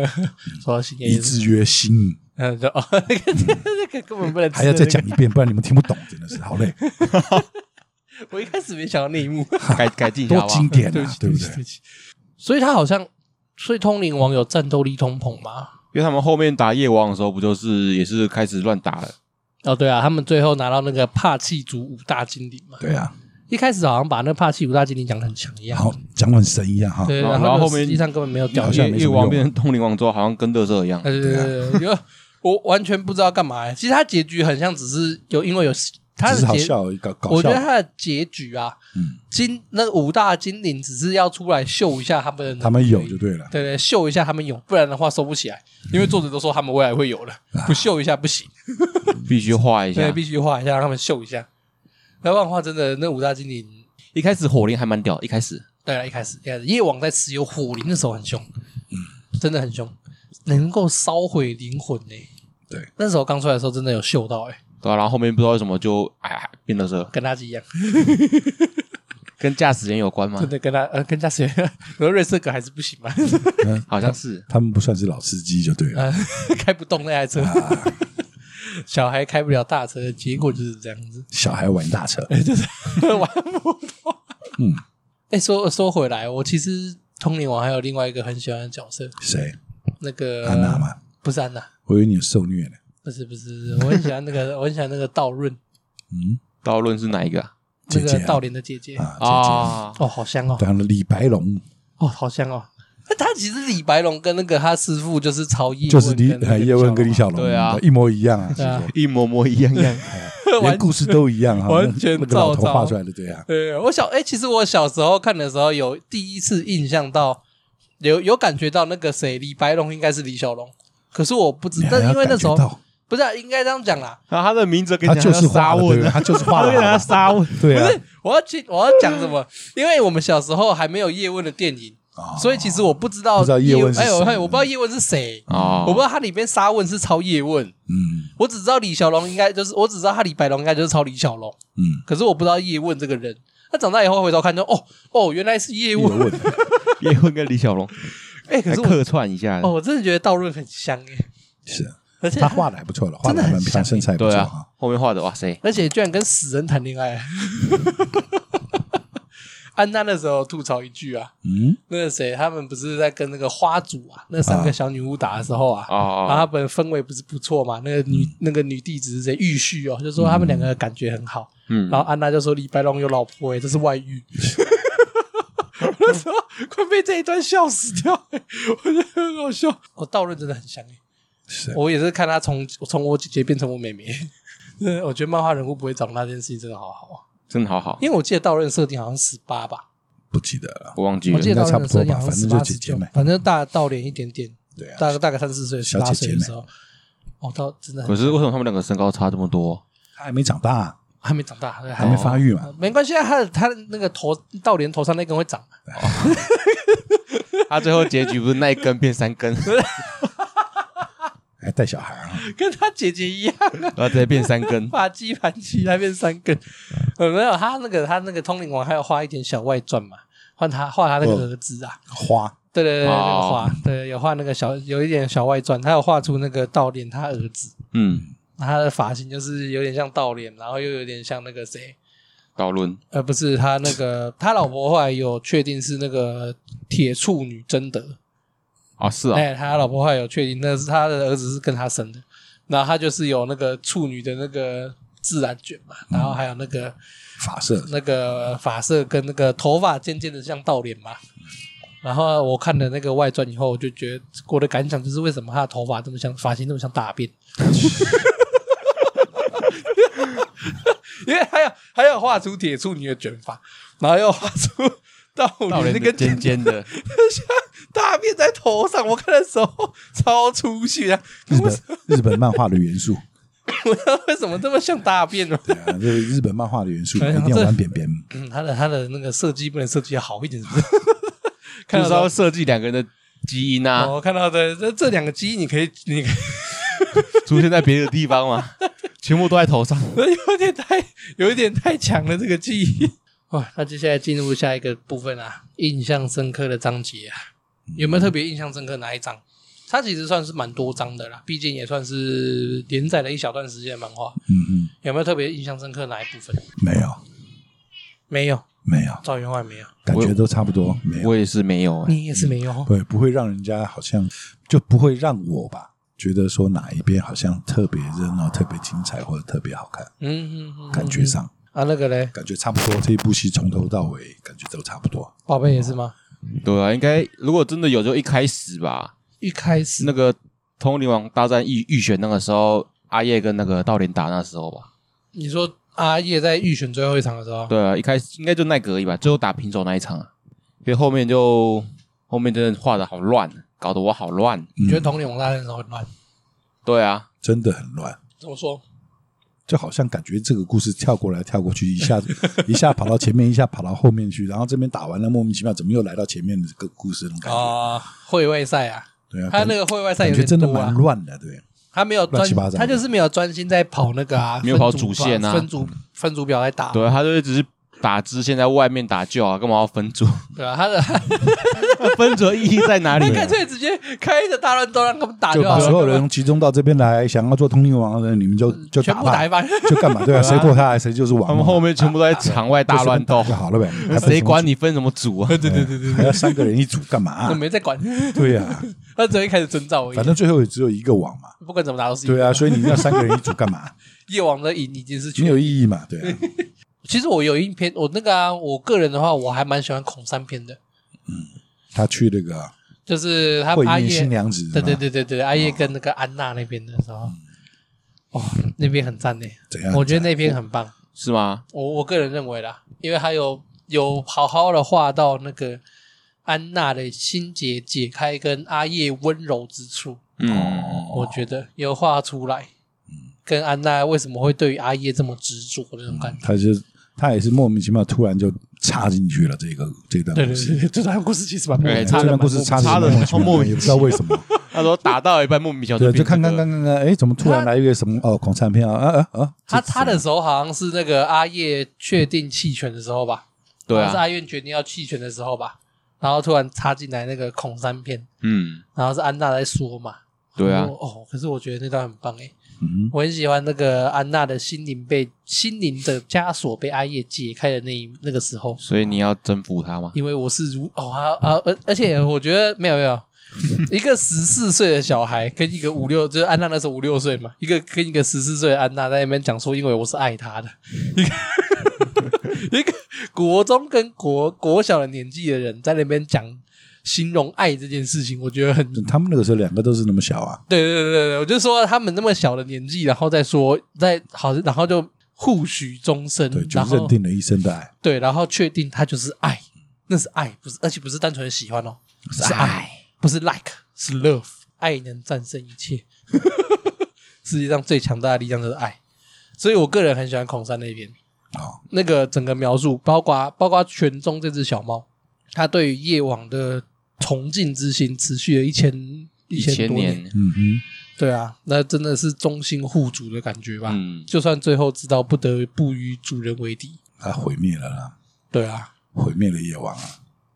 说到心也一是，致曰心，嗯， 就哦，那 个那个根本不能吃还要再讲那一遍，不然你们听不懂，真的是 好累，个。我一开始没想到那一幕， 改改进一下好多不好经？典对不啊起，，对不不起，对不对？起。所以他好像，所以通灵王有战斗力通膨吗？因为他们后面打夜王的时候，不就是也是开始乱打了？哦，对啊，他们最后拿到那个帕契族五大精灵嘛，对啊，一开始好像把那帕契五大精灵讲的很强一然样，后讲得很神一样哈，对，然后然然后后实面际上根本没有屌好用像啊夜没什么夜用王变成通灵王之后，好像跟乐色一样，对对对对，有我完全不知道干嘛、欸。其实他结局很像，只是有因为有他的只是好结，笑而已，搞搞我觉笑得，他的结局啊，嗯，精那五大精灵只是要出来秀一下他们的能力，他们有就对了，对对，秀一下他们有，不然的话收不起来。因为作者都说他们未来会有的，不秀一下不行，必须画一对，下。必须画一下让他们秀一下。要不然的话，真的那五大精灵，一开始火灵还蛮屌，一开始对啊，一开始一开始夜王在持有火灵的时候很凶，真的很凶，能够烧毁灵魂呢、对，那时候刚出来的时候真的有秀到哎、对啊吧、然后后面不知道为什么就哎变乐色，跟垃圾一样。跟驾驶员有关吗真？的跟他呃跟加学，然后瑞士哥还是不行嘛，好像是。他们不算是老司机就对了，呃， 开不动那台车， 小孩开不了大车，结果就是这样子，小孩玩大哎车，玩不动。嗯，哎、说说回来，我其实通灵王还有另外一个很喜欢的角色，谁？那个安娜？吗？不是安娜，我以为你有受虐呢，不是不是，我很喜欢那个，我很喜欢那个道润，嗯道论是哪一个啊？那姐个姐啊道莲的姐姐。啊，姐啊，哦，好香哦姐，，当然李白龙哦，好香哦。那他其实李白龙跟那个他师傅就是曹叶问就跟是那个李小龙嘛，哎叶问跟李小龙对啊一模一样啊，对啊是不是 一模模一样样，连完故事都一样哈，完全那个老头照画抄出来的对啊，对，我小哎、其实我小时候看的时候，有第一次印象到，有有感觉到那个谁，李白龙应该是李小龙，可是我不知你道，还但要因为那感时觉候到不是啊、应该这样讲啦，然后啊他的名字跟他你讲就是沙画的，问对，他就是画 他跟他的，沙问，对不啊，是我要去我要讲什么？因为我们小时候还没有叶问的电影，哦所以其实我不知道不知道叶问是哎我谁哎我不知道叶问是谁， 哦我不知道他里面沙问是抄叶问，嗯我只知道李小龙应该就是我只知道他李白龙应该就是抄李小龙，嗯，可是我不知道叶问这个人。他长大以后回头看就哦哦，原来是叶叶问，问 叶问跟李小龙哎、可来是我客串一下。哦，我真的觉得道润很香哎，是而 且他画的还不错了，画真的的还蛮很漂像亮，身材也不对错啊哈，，后面画的哇塞，而且居然跟死人谈恋爱。 安娜那时候吐槽一句啊，嗯，那个谁，他们不是在跟那个花主啊，那三个小女巫打的时候啊，然后哦他们氛围不是不错嘛，那个女、那个女弟子是谁玉旭哦，就说他们两个感觉很好，嗯然后安娜就说李白龙有老婆哎、这是外 遇。我那时候快被这一段笑死掉、欸， 我觉得很好笑。我道论真的很香哎、是我也是看他从从我姐姐变成我妹妹。 真的我觉得漫画人物不会长大这件事情真的好好啊，真的好好，因为我记得道刃设定好像十八吧，不记得了，我忘记我了记得道应该差刃不的多吧设定好像反正十就八姐十姐九妹，反正大到脸一点点，对啊，大大概三四岁、十小八姐姐岁的时候，哦，到真的很可是为什么他们两个身高差这么多？他还没长大啊，还没长大，还还没发育嘛，没关系啊，他的他的那个头到脸头上那根会长， 他最后结局不是那一根变三根， 还带小孩啊，跟他姐姐一样，然后直接变三根。把鸡盘起来变三根。 呃，没有，他那个他那个通灵王还要画一点小外传嘛，换他画他那个儿子啊，花对对对，那个哦画，对有画那个小有一点小外传，他有画出那个道脸他儿子，嗯，他的发型就是有点像道脸，然后又有点像那个谁，高论呃，不是他那个他老婆后来有确定是那个铁处女贞德，哦，是啊，哎、他老婆后来有确定那是他的儿子是跟他生的，然后他就是有那个处女的那个自然卷嘛，然后还有那个、发色，那个发色跟那个头发尖尖的像倒脸嘛。然后我看了那个外传以后，我就觉得我的感想就是为什么他的头发这么像发型这么像大便，因为还有还有画出铁处女的卷发，然后又画出到到你脸那个尖尖的，像大便在头上，我看的时候超出戏啊！日 本日本漫画的元素，我说为什么这么像大便呢？对啊，这个日本漫画的元 素一哎呀定要这玩扁扁，嗯，他的他的那个设计不能设计得好一点，是不是？ 看就是到哦要设计两个人的基因啊，我看到的这这两个鸡，你可以，你可 以出现在别的地 方嘛，全部都在头上。有点太有一点太强了这个记忆。哇，那接下来进入下一个部分啊，印象深刻的章节啊，有没有特别印象深刻哪一章？它其实算是蛮多章的啦，毕竟也算是连载了一小段时间的漫画。嗯嗯，有没有特别印象深刻哪一部分？没有没有，没有，赵员外没有，感觉都差不多，没有，我也是没有欸，你也是没有哦。对，不会让人家好像就不会让我吧，觉得说哪一边好像特别热闹、特别精彩或者特别好看，嗯嗯嗯，感觉上啊，那个嘞，感觉差不多，这一部戏从头到尾感觉都差不多。宝贝也是吗？对啊，应该如果真的有，就一开始吧，一开始那个《通灵王大战预预选》那个时候，阿叶跟那个道莲打那时候吧。你说阿叶在预选最后一场的时候，对啊，一开始应该就那个而已吧，最后打平手那一场啊，因为后面就后面真的画的好乱，啊搞得我好乱。你觉得嗯同龄王大战的时候很乱？对啊，真的很乱？怎么说？就好像感觉这个故事跳过来跳过去，一 下子一下跑到前面，一下跑到后面去，然后这边打完了，莫名其妙怎么又来到前面的这个故事那种感觉？啊、会外赛啊，对啊，他感那个会外赛感有觉点真的多蛮啊，乱的，对，他没有专乱七八，糟他就是没有专心在跑那个啊，没有跑分组主线啊分组分组表来打，对啊，他就只是打支线在外面打救啊，干嘛要分组？ 对吧、他 的分组的意义在哪里他呢？干脆直接开着大乱斗让他们打啊就啊好把了，所有人集中到这边来，想要做通灵王的人，你们就就全打部吧打一 番，就 干嘛？对啊，谁破他来谁就是王嘛。他们后面全部都在场外大乱斗就随便打就，好了呗，还分谁管什么你分什么组啊？对对对对组？还要三个人一组干嘛我啊？没在管，对呀，他只会开始征兆而已反，正最后也只有一个王嘛。不管怎么打都是对啊，所以你要三个人一组干嘛？夜王的赢已经是没确有意义嘛？对啊，其实我有一篇，我那个啊，我个人的话，我还蛮喜欢孔三篇的，他去那个就是他会阿面叶新娘子，对对，对对对，阿叶跟那个安娜那边的时候，哦，那边很赞呢，怎样？我觉得那边很棒， 是吗？我我个人认为啦，因为还有有好好的画到那个安娜的心结解开跟阿叶温柔之处，嗯，我觉得有画出来，跟安娜为什么会对于阿叶这么执着的那种感觉。他就是他也是莫名其妙突然就插进去了这个这段对故对事对，对，这段故事其实蛮哎这段故事插插的得很莫名也不知道为什么。他说打到一半莫名其妙对，就就变看这看个看看看，哎，怎么突然来一个什么哦，港产片啊啊啊啊！他他的时候好像是那个阿叶确定弃权的时候吧，对好像是啊，阿燕决定要弃权的时候吧，然后突然插进来那个孔三片，嗯，然后是安娜在说嘛，对啊我，哦，可是我觉得那段很棒诶，嗯，我很喜欢那个安娜的心灵被心灵的枷锁被阿叶解开的那一那个时候，所以你要征服他吗？因为我是如哦啊啊，而而且我觉得没有没 有。一个十四岁的小孩跟一个五六，就是安娜那时候五六岁嘛，一个跟一个十四岁的安娜在那边讲说，因为我是爱 他的，一个一个国中跟国国小的年纪的人在那边讲形容爱这件事情，我觉得很他们那个时候两个都是那么小啊，对对对对对，我就说他们那么小的年纪，然后再说再好，然后就互许终身，对，嗯就然后认定了一生的爱，对，然后确定他就是爱，那是爱，不是而且不是单纯的喜欢哦，是爱，不是 like，是 love，爱能战胜一切，世界上最强大的力量就是爱，所以我个人很喜欢孔山那一篇，哦，那个整个描述，包括包括全中这只小猫，它对于夜晚的崇敬之心持续了一千一一千多年，嗯哼，对啊，那真的是忠心护主的感觉吧？嗯，就算最后知道不得不与主人为敌，他毁灭了啦，对啊，毁灭了夜王啊，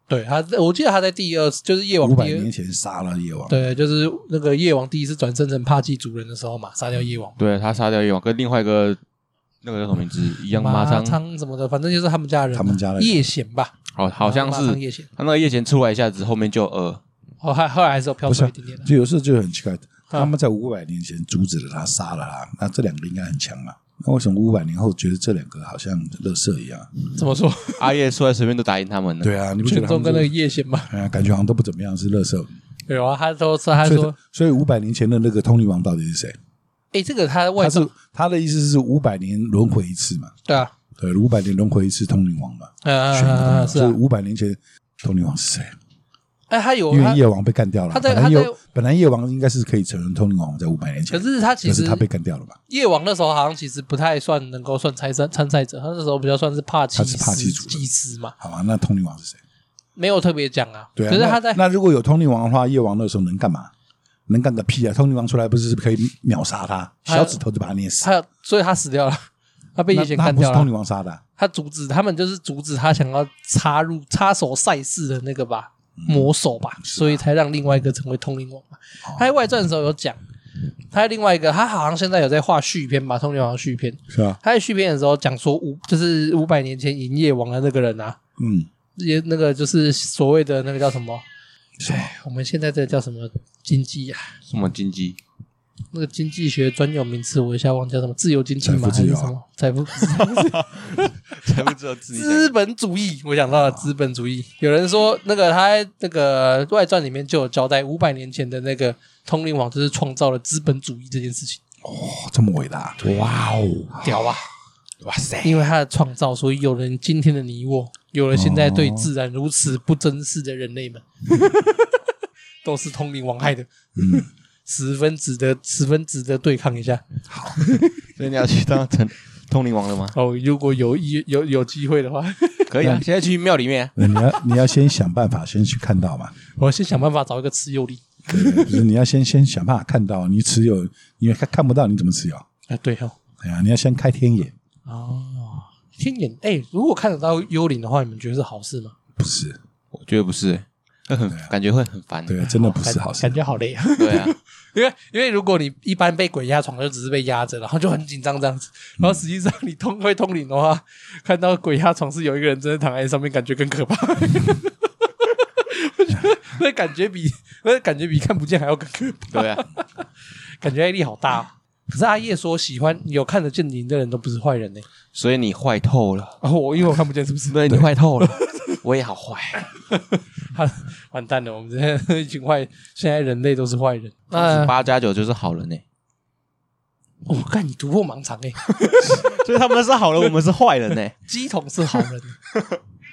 对他，我记得他在第二次就是夜王五百第年二，前杀了夜王，对，就是那个夜王第一次转生成帕基族人的时候嘛，杀掉夜王，对他杀掉夜王，跟另外一个那个叫什么名字一样，马昌昌，什么的，反正就是他们家人嘛，他们家人夜显吧，好好像马昌是夜显，他那个夜前出来一下子，后面就呃，哦，还后来还是有飘出一点点的，就有时候就很奇啊怪，他们在五百年前阻止了他，杀了他，那这两个应该很强嘛。那为什么五百年后觉得这两个好像垃圾一样？怎么说？阿叶出来随便都打赢他们了，对啊，你不觉全得他中们跟那这个个夜显嘛，哎呀感觉好像都不怎么样，是垃圾？有啊，他说是他所以说他，，所以五百年前的那个通灵王到底是谁？哎，这个他的外他是甥，他的意思是五百年轮回一次嘛？对啊，对，五百年轮回一次通灵王嘛？选一个通灵呃，王是所以啊，五百年前通灵王是谁？哎，他有因他为夜王被干掉了。他在本来他在夜本来夜王应该是可以承认通灵王在五百年前，可是他其可是实他被干掉了嘛？夜王那时候好像其实不太算能够算参赛参赛者，他那时候比较算是帕奇他是帕斯奇族人祭司嘛，好吧，那通灵王是谁？没有特别讲啊。对啊，可是那他在那如果有通灵王的话，夜王那时候能干嘛？能干个屁啊！通灵王出来不是可以秒杀他，他小指头就把他捏死。他所以他死掉了， 他被那夜显那干不是掉通了灵。王杀的啊，他阻止他们就是阻止他想要插入插手赛事的那个吧嗯魔手吧，啊所以才让另外一个成为通灵王嘛。哦他在外传的时候有讲，他在另外一个他好像现在有在画续篇吧，通灵王的续篇。是啊吧？他在续篇的时候讲说五就是五百年前银夜王的那个人啊，嗯，也那个就是所谓的那个叫什么？是吧我们现在这叫什么经济啊？什么金 鸡，那个经济学专有名词，我一下忘记叫什么，自由经济吗？财富还自是由啊什么财富？ 才不知道自己想资本主义，我想到了资本主义。有人说，那个他在那个外传里面就有交代，五百年前的那个通灵王就是创造了资本主义这件事情，哦，这么伟大，哇哦，屌吧？哇塞！因为他的创造，所以有了今天的你我，有了现在哦对自然如此不珍视的人 类们，都是通灵王害的，嗯，十分值得，十分值得对抗一下。所以你要去当成通灵王了吗？ 哦，如果有一有有机会的话， 可以啊，现在去庙里面啊，你要你要先想办法，先去看到 嘛。我先想办法找一个持有力。对不对就是你要先先想办法看到，你持有，你看看不到，你怎么持有？哎，对哦，哎呀，你要先开天眼，哦，天眼，哎，如果看得到幽灵的话，你们觉得是好事吗？不是？我觉得不是、欸，那很感觉会很烦。对，啊哦真的不是好事感。觉好累啊。 对啊，因为因为如果你一般被鬼压床，就只是被压着，然后就很紧张这样子，然后实际上你通会通灵的话，看到鬼压床是有一个人真的躺在上面，感觉更可怕。 我觉得那感觉比那感觉比看不见还要更可怕，对 啊，感觉压力好大、哦。可是阿叶说，喜欢有看得见灵的人都不是坏人呢、所以你坏透了，哦，我因为我看不见，是不是？对你坏透了，我也好坏，他 完蛋了，我们这哎些一群坏，现在人类都是坏人。那欸八加九就是好人呢、我看你突破盲肠哎，所以他们是好人，我们是坏人欸 呢。 鸡桶是好 人，那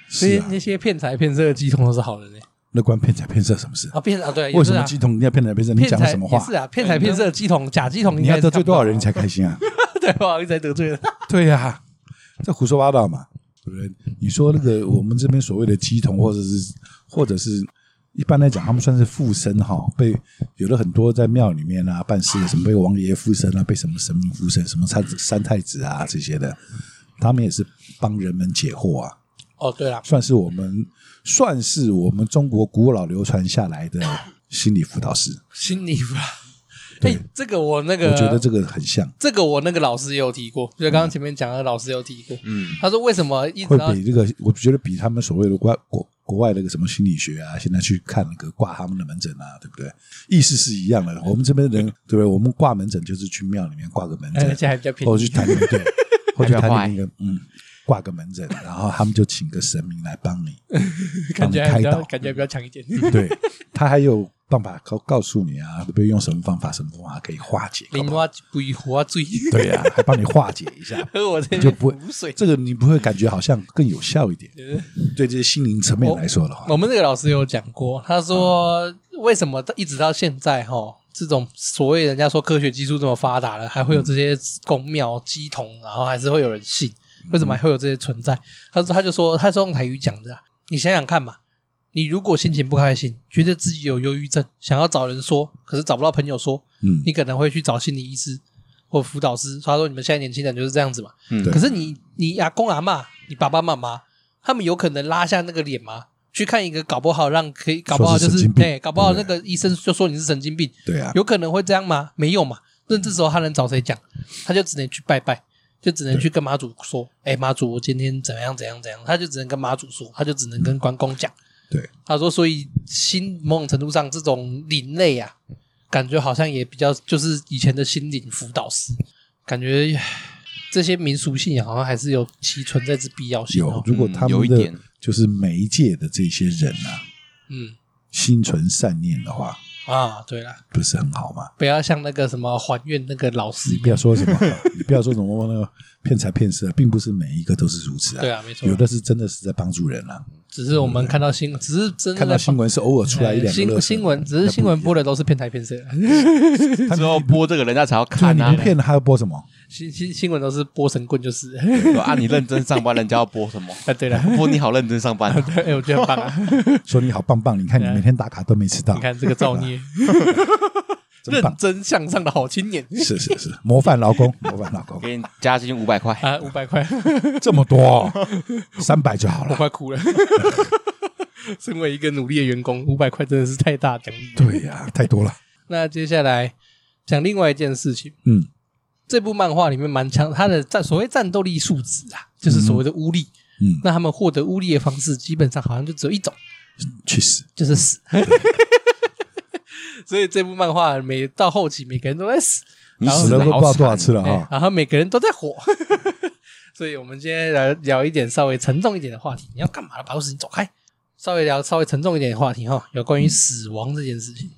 是些啊，那些骗财骗色的鸡桶都是好人哎，那关骗财骗色什么事？啊骗啊对，也为是什么啊鸡桶一定要骗财骗色？你骗讲了财什么也话？是啊，骗财骗色的鸡桶假鸡桶应你该要是得罪看不多到少人你才开心啊？ 对吧？一直在得罪人， 对呀、这胡说八道嘛，对不对？你说那个我们这边所谓的鸡童，或者是或者是一般来讲，他们算是附身哈、被有的很多在庙里面啊办事的，什么被王爷附身啊，被什么神明附身，什么三三太子啊这些的，他们也是帮人们解惑啊，哦对啦，算是我们算是我们中国古老流传下来的心理辅导师，心理吧。对哎，这个我那个，我觉得这个很像。这个我那个老师也有提过，就刚刚前面讲的老师有提过，嗯，他说为什么一直会要比这个，我觉得比他们所谓的国外国国外那个什么心理学啊，现在去看那个挂他们的门诊啊，对不对？意思是一样的。我们这 边人，对不对？我们挂门诊就是去庙里面挂个门哎而诊，且还比较便或宜者去谈个对，或者去还比较快谈那个嗯，挂个门诊，然后他们就请个神明来帮你，感觉帮你还比开较导，感觉还比较强一点。 对他还有办法告告诉你啊，对不对？用什么方法、什么方法可以化解？搞林不好蛙鬼花醉， 对呀、还帮你化解一下。喝我这你就不会边苦水。这个你不会感觉好像更有效一点，对这些心灵层面来说的话，我们那个老师有讲过，他说为什么到一直到现在哈，这种所谓人家说科学技术这么发达了，还会有这些公庙鸡童，然后还是会有人信，为什么还会有这些存在？他说他就说他是用台语讲的啊、你想想看嘛，你如果心情不开心，觉得自己有忧郁症，想要找人说，可是找不到朋友说，嗯，你可能会去找心理医师或辅导师。他说你们现在年轻人就是这样子嘛。嗯可是你你阿公阿妈、你爸爸妈妈，他们有可能拉下那个脸吗？去看一个搞不好让可以搞不好就说是是哎神经病嗯对，搞不好那对不个医生就说你是神经病，对啊，有可能会这样吗？没有嘛。那这时候他能找谁讲？他就只能去拜拜，就只能去跟妈祖说：“哎，妈祖，我今天怎样怎样怎样。”他就只能跟妈祖说，他就只能跟关公讲。对，他说，所以心某种程度上，这种灵类啊，感觉好像也比较就是以前的心灵辅导师，感觉唉这些民俗信仰好像还是有其存在之必要性有哦。。如果他嗯有们一的点就是媒介的这些人啊，嗯心存善念的话，啊，对啦，不是很好吗？不要像那个什么还愿那个老师你一不样。要 说什么，你不要说什么那个骗财骗色，并不是每一个都是如此啊。对啊，没错有。的是真的是在帮助人啊，只是我们看到新闻，只是真的看到在新闻是偶尔出来一两个哎新乐色新闻，只是新闻播的都是骗财骗色， 之后播这个人家才要对啊，看你啊不。骗了还要播什么？新新新闻都是播神棍，就是。 对啊，你认真上班，人家要播什么？啊，对了， 播你好认真上班 啊。哎、我觉得很棒啊！说你好棒棒，你看你每天打卡都没迟到，你看这个造孽， 真认棒！真向上的好青年是是是，模范劳 工，模范劳工，给你加薪五百块，啊！五百块，这么多，三百就好我了。快哭了。 身为一个努力的员工，五百块真的是太大奖励。对呀、太多了。那接下来讲另外一件事情，嗯，这部漫画里面蛮强，它的战所谓战斗力数值啊，就是所谓的巫力。嗯那他们获得巫力的方式，基本上好像就只有一种，去死！就是死。 所以这部漫画每到后期，每个人都在死，你死了得都不好知道多少次惨了啊哎哈。然后每个人都在火。 所以我们今天来聊一点稍微沉重一点的话题。你要干嘛了？把事情走开。稍微聊稍微沉重一点的话题哈，有关于死亡这件事情。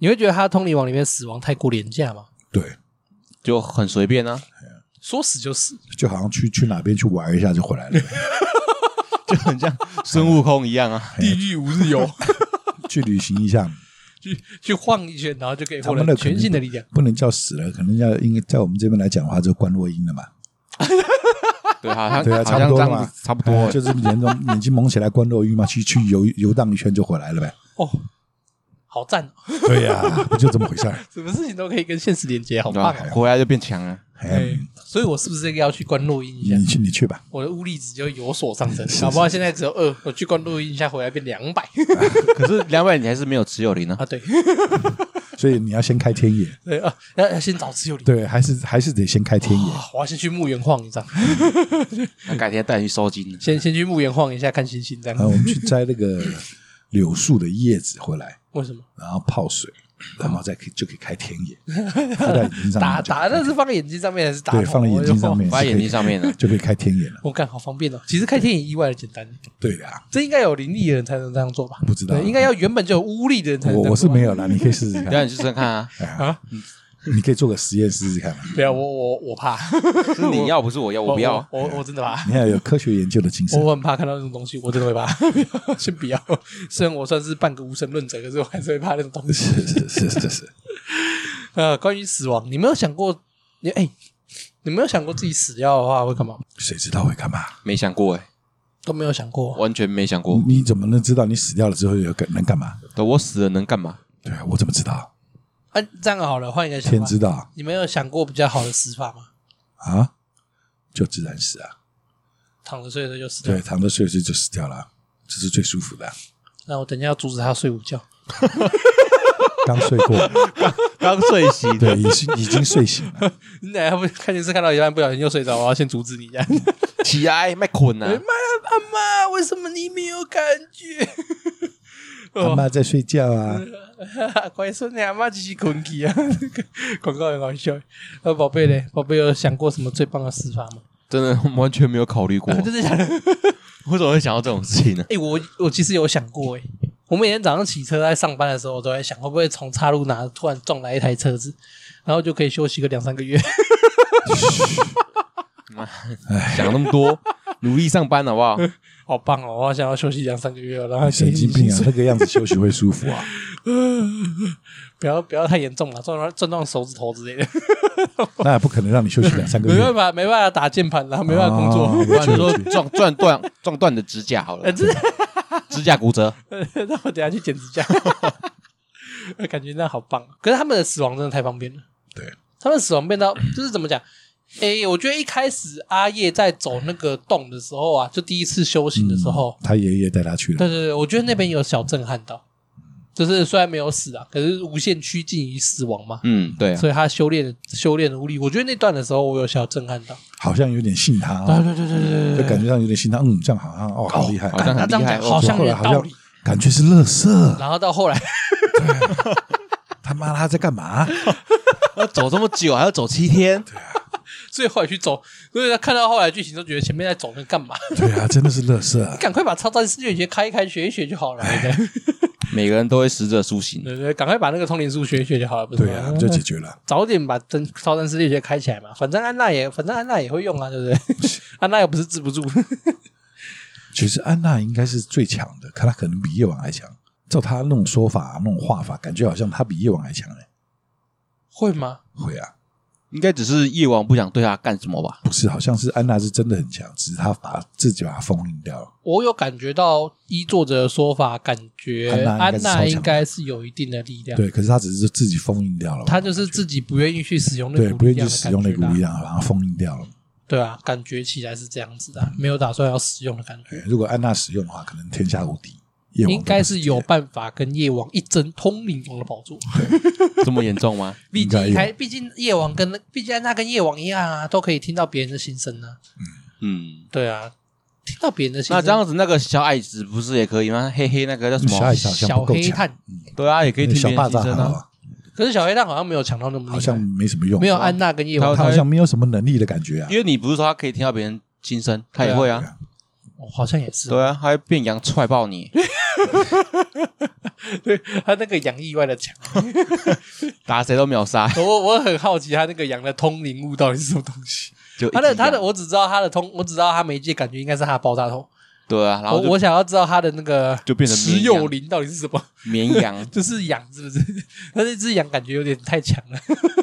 你会觉得他《通灵王》里面死亡太过廉价吗？对，就很随便啊，说死就死，就好像去去哪边去玩一下就回来了， 就很像孙悟空一样啊。哎地狱无日游，去旅行一下。 去去晃一圈，然后就可以他获们得的肯全定新的力量。不能叫死了，可能要应该在我们这边来讲的话，就关落音了嘛。 对，好像对啊，好差像不这多了样嘛子，，差不多哎。就是眼睛眼睛蒙起来关落音嘛，去去游游荡一圈就回来了呗。哦，好赞哦！对呀，不就这么回事儿？什么事情都可以跟现实连接，好对棒吧哦！回来就变强 了。哎嗯哎，，所以我是不是要去关录音一下你？去你去吧，我的物力值就有所上 升，搞不好现在只有二，我去关录音一下回来变两百 可是两百你还是没有持有零啊。啊！对所以你要先开天眼，对啊，要要先找持有力。对，还是还是得先开天眼。哇啊我要先去墓园晃一趟，那改天带你去收 金。先先去墓园晃一下看星星，这然后样我们去摘那个柳树的叶子回来，为什么？然后泡水，然后再可以就可以开天眼，敷在眼睛上打面就打那是放在眼睛上面还是打头？对，放在眼睛 上面，放在眼睛上面是啊可以就可以开天眼了。我看好方便哦。其实开天眼意外的简单，对的啊，这应该有灵力的人才能这样做吧？不知道对，应该要原本就有巫力的人才能这我样做吧。 我是没有啦，你可以试试对啊， 看。你去试试看啊。哎呀啊，你可以做个实验试试看嘛。不要，我我我 怕，是你要不是我要，我不要。我，我我真的怕，你要有科学研究的精神。我很怕看到那种东西，我真的会怕。 先不要，虽然我算是半个无神论者，可是我还是会怕那种东西。 是是是是是，呃，关于死亡，你没有想过，你哎、你没有想过自己死掉的话会干嘛？谁知道会干嘛？没想过哎，都没有想过。完全没想过。你怎么能知道你死掉了之后有干能干嘛？对我死了能干嘛？对啊，我怎么知道？啊，这样好了，换一个想天法。知道你没有想过比较好的死法吗？啊，就自然死啊。躺着睡着就死掉对，。躺着睡睡就死掉了，这是最舒服的。那我等一下要阻止他睡午觉。 刚睡 过，刚睡醒对，已经已经睡醒 了。 你等一下不看电视看到一半不小心又睡着，我要先阻止你一下。起来，麦困啊！阿妈，为什么你没有感觉？阿妈在睡觉啊，乖孙你阿妈继续困去啊！ 广告很好笑。呃，宝贝嘞，宝贝有想过什么最棒的死法吗？真的完全没有考虑过，真的假的？哎为什么会想到这种事情呢？哎、我我其实有想过哎、我每天早上骑车在上班的时候，我都在想会不会从岔路哪突然撞来一台车子，然后就可以休息个两三个月。 想那么多，努力上班好不好？好棒哦！我好想要休息两三个月哦，然后你神经 病啊，那个样子休息会舒 服啊。不要不要太严重了，撞到撞到手指头之类的，那也不可能让你休息两三个没月办。法，没办法打键盘啦，没办法工作。哦不然就说撞撞断撞哎断的指甲好了呃，，真的，指甲骨折， 那我等下去剪指甲， 感觉那好棒哦。可是他们的死亡真的太方便了，对，他们的死亡变到就是怎么讲？诶、我觉得一开始阿叶在走那个洞的时候啊，就第一次修行的时候，他爷爷带他去了，对对对，我觉得那边有小震撼到，就是虽然没有死啊，可是无限趋近于死亡嘛，嗯，对啊，所以他修炼修炼的无力，我觉得那段的时候我有小震撼到，好像有点信他对哦，啊对对对对对，就感觉上有点信他。嗯，这样好像哦，好厉害，好像他很这厉样害讲哦好。像后有来点好道像理，感觉是乐色。然后到后来， 他妈他在干嘛？ 要走这么久，还要走七天，所以后来去走，所以他看到后来剧情都觉得前面在走那干嘛？ 对啊，真的是乐色。赶快把超战世界节开一开，学一学就 好了。对 每个人都会死者苏醒，对对，赶快把那个通灵术学一学就好了，不是吗？对啊，就解决了。早点把真超战世界节开起来嘛，反正安娜也，反正安娜也会用啊，对不对？ 安娜又不是治不住， 其实安娜应该是最强的，可她可能比夜晚还强。照她那种说法、那种画法，感觉好像她比夜晚还强哎。会吗？会啊，应该只是夜王不想对他干什么吧？不是，好像是安娜是真的很强，只是她把自己把她封印掉了。我有感觉到，依作者的说法，感觉安安娜娜应该是应超强的该是有一定的力量，对，可是她只是自己封印掉了啊吧。她就是自己不愿意去使用那股对不愿力量意的使用那感股觉啦力量，把它封印掉了。对啊，感觉起来是这样子的啊，没有打算要使用的感哎觉，如果安娜使用的话，可能天下无敌。夜王应该都不是有办法跟夜王一争通灵王的宝 座。这么严重吗？毕应该竟有一开，毕竟夜王跟那毕竟安娜跟夜王一样啊，都可以听到别人的心声啊。 嗯，对啊，听到别人的心声。那这样子那个小矮子不是也可以吗？嘿嘿，那个叫什小矮么？子好像小不够黑强，炭，对啊，也可以听小别霸人心占声好啊。了，可是小黑炭好像没有抢到那么厉害，好像没什么用，没有安娜跟夜他王他好像没有什么能力的感觉啊因。为你不是说他可以听到别人心声，他也会啊。哦好像也是哦。对啊，他会变羊踹爆你，对， 他那个羊意外的强，打谁都秒杀。我我很好奇他那个羊的通灵物到底是什么东西。就一他的只羊他的，我只知道他的通，我只知道他媒介感觉应该是他的爆炸头。对啊，然我后我就想要知道他的那个就变成石绵有羊灵到底是什么。 绵羊就是养是不 是？但是这只养感觉有点太强了，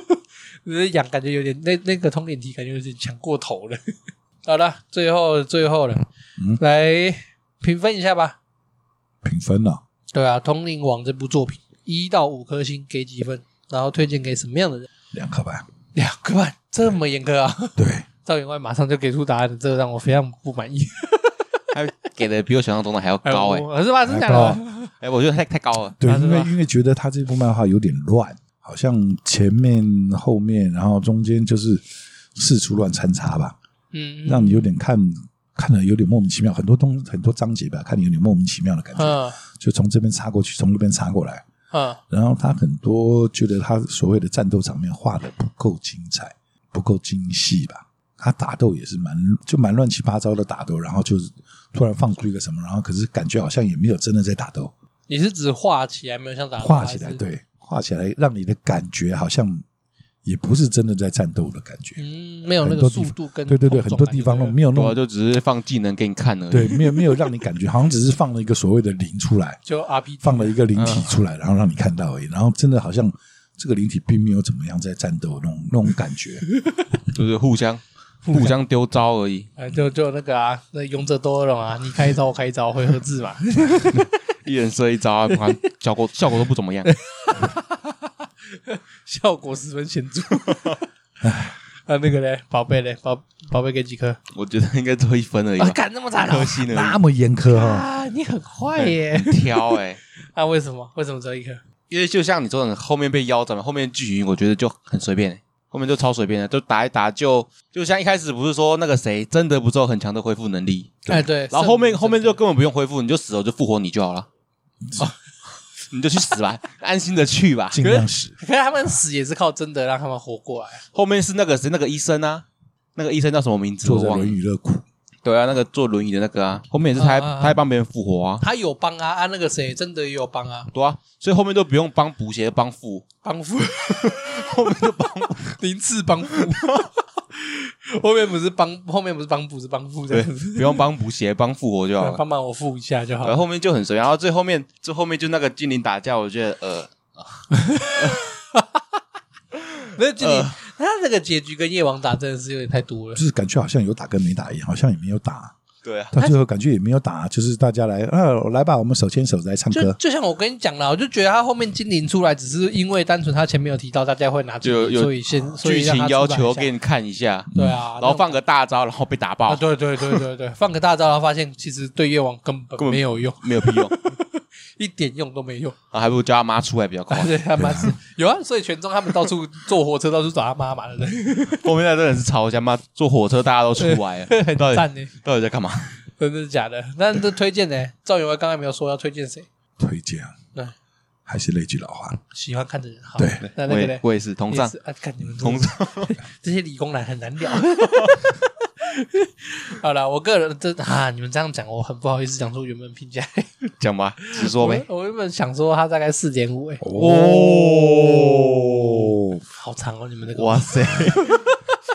这养感觉有点那那个通灵体感觉有点强过头了。 好了，最后最后了，嗯来评分一下吧。评分呢？对啊，《通灵王》这部作品一到五颗星给几分？然后推荐给什么样的人？两颗 半。两个半，这么严格啊！对，赵员外马上就给出答案了，这个让我非常不满意。他给的比我想象中的还要哎高哎、我是吧？真的假高啊的？哎、我觉得太太高了。对，啊是因为吧因为觉得他这部漫画有点乱，好像前面后面，然后中间就是四处乱掺杂吧，嗯，让你有点看看的有点莫名其妙，很多东很多章节吧，看你有点莫名其妙的感觉，嗯就从这边插过去，从那边插过来，嗯然后他很多觉得他所谓的战斗场面画的不够精彩，不够精细吧。他打斗也是蛮就蛮乱七八糟的打斗，然后就是突然放出一个什么，然后可是感觉好像也没有真的在打斗，你是指画起来没有像打画起还来，是对，画起来让你的感觉好像也不是真的在战斗的感觉。嗯，没有那很个多地速方度跟对对对，碰很撞多感地就方对都了没有那对啊，么就只是放技能给你看而已。对，没有没有让你感觉，好像只是放了一个所谓的零出来，就 RPG 放了一个灵体出来，然后让你看到而已。然后真的好像这个灵体并没有怎么样在战斗那种那种感觉。就是互相互相丢招而已，哎，就就那个啊，那勇者斗恶龙 啊，你开一招我开一招，回合制嘛。 一人射一招啊，不管效果效果都不怎么样。效果十分显著。 啊，那个嘞，宝贝嘞，宝宝贝给几颗？我觉得应该做一分而已吧啊，， 干那么惨可啊！惜呢那，么严苛 哈、啊，你很坏耶！很挑哎。啊，为什么？为什么只有一颗？因为就像你说的，后面被腰斩了，后面巨云我觉得就很随便、欸后面就超随便的，就打一打就就像一开始不是说那个谁真的不是有很强的恢复能力，哎，对，然后圣后面母后面就根本不用恢复，你就死了我就复活你 就好了，哦 你就去死吧，安心的去吧。尽量使可是他们死也是靠真的让他们活过来。啊后面是那个谁那个医生啊，那个医生叫什么名字坐我在忘轮了。椅乐谷，对啊，那个坐轮椅的那个啊，后面也是他啊啊啊他还帮别人复活啊，他有帮啊，啊，那个谁真的也有帮啊，对啊，所以后面都不用帮补鞋帮复，帮扶， 后面就帮零次帮扶。 后面不是帮，后面不是帮补，是帮扶这对哦样子。不用帮补鞋帮复活就好 了。帮忙我扶一下就好然后。后面就很随便，然后最后面最后面就那个精灵打架，我觉得呃，那就呃你他那个结局跟夜王打真的是有点太多了就。是感觉好像有打跟没打一样，好像也没有打，对啊，到最后感觉也没有打，就是大家来啊，来吧，我们手牵手来唱就歌。就像我跟你讲了，我就觉得他后面精灵出来，只是因为单纯他前面有提到大家会拿就精灵，有所以先所剧以让情他要出来求一下给你看一下，对啊，然后放那种个大招，然后被打啊，爆，对对对对对，放个大招，然后发现其实对夜王根本根本没有用，没 有屁用，然一点用都没有。后还不如叫他妈出来比 较快啊，。对他妈是有啊，所以全中他们到处坐火车到处找他妈妈的人，后面那真的是超香，妈坐火车大家都出 来了，很到底赞呢，到底在干嘛？真的假的？那这推荐呢？赵永威刚才没有说要推荐谁，推荐啊对，还是那句老话，喜欢看的人好。对那那我个也呢？我也是同也上是啊，看你们同同上， 这些理工男很难聊。 好了，我个人真啊，你们这样讲，我很不好意思讲出原本评价。讲吧，直说我呗。我原本想说他大概四点五，哎，哦，好长哦，你们那个哇 塞，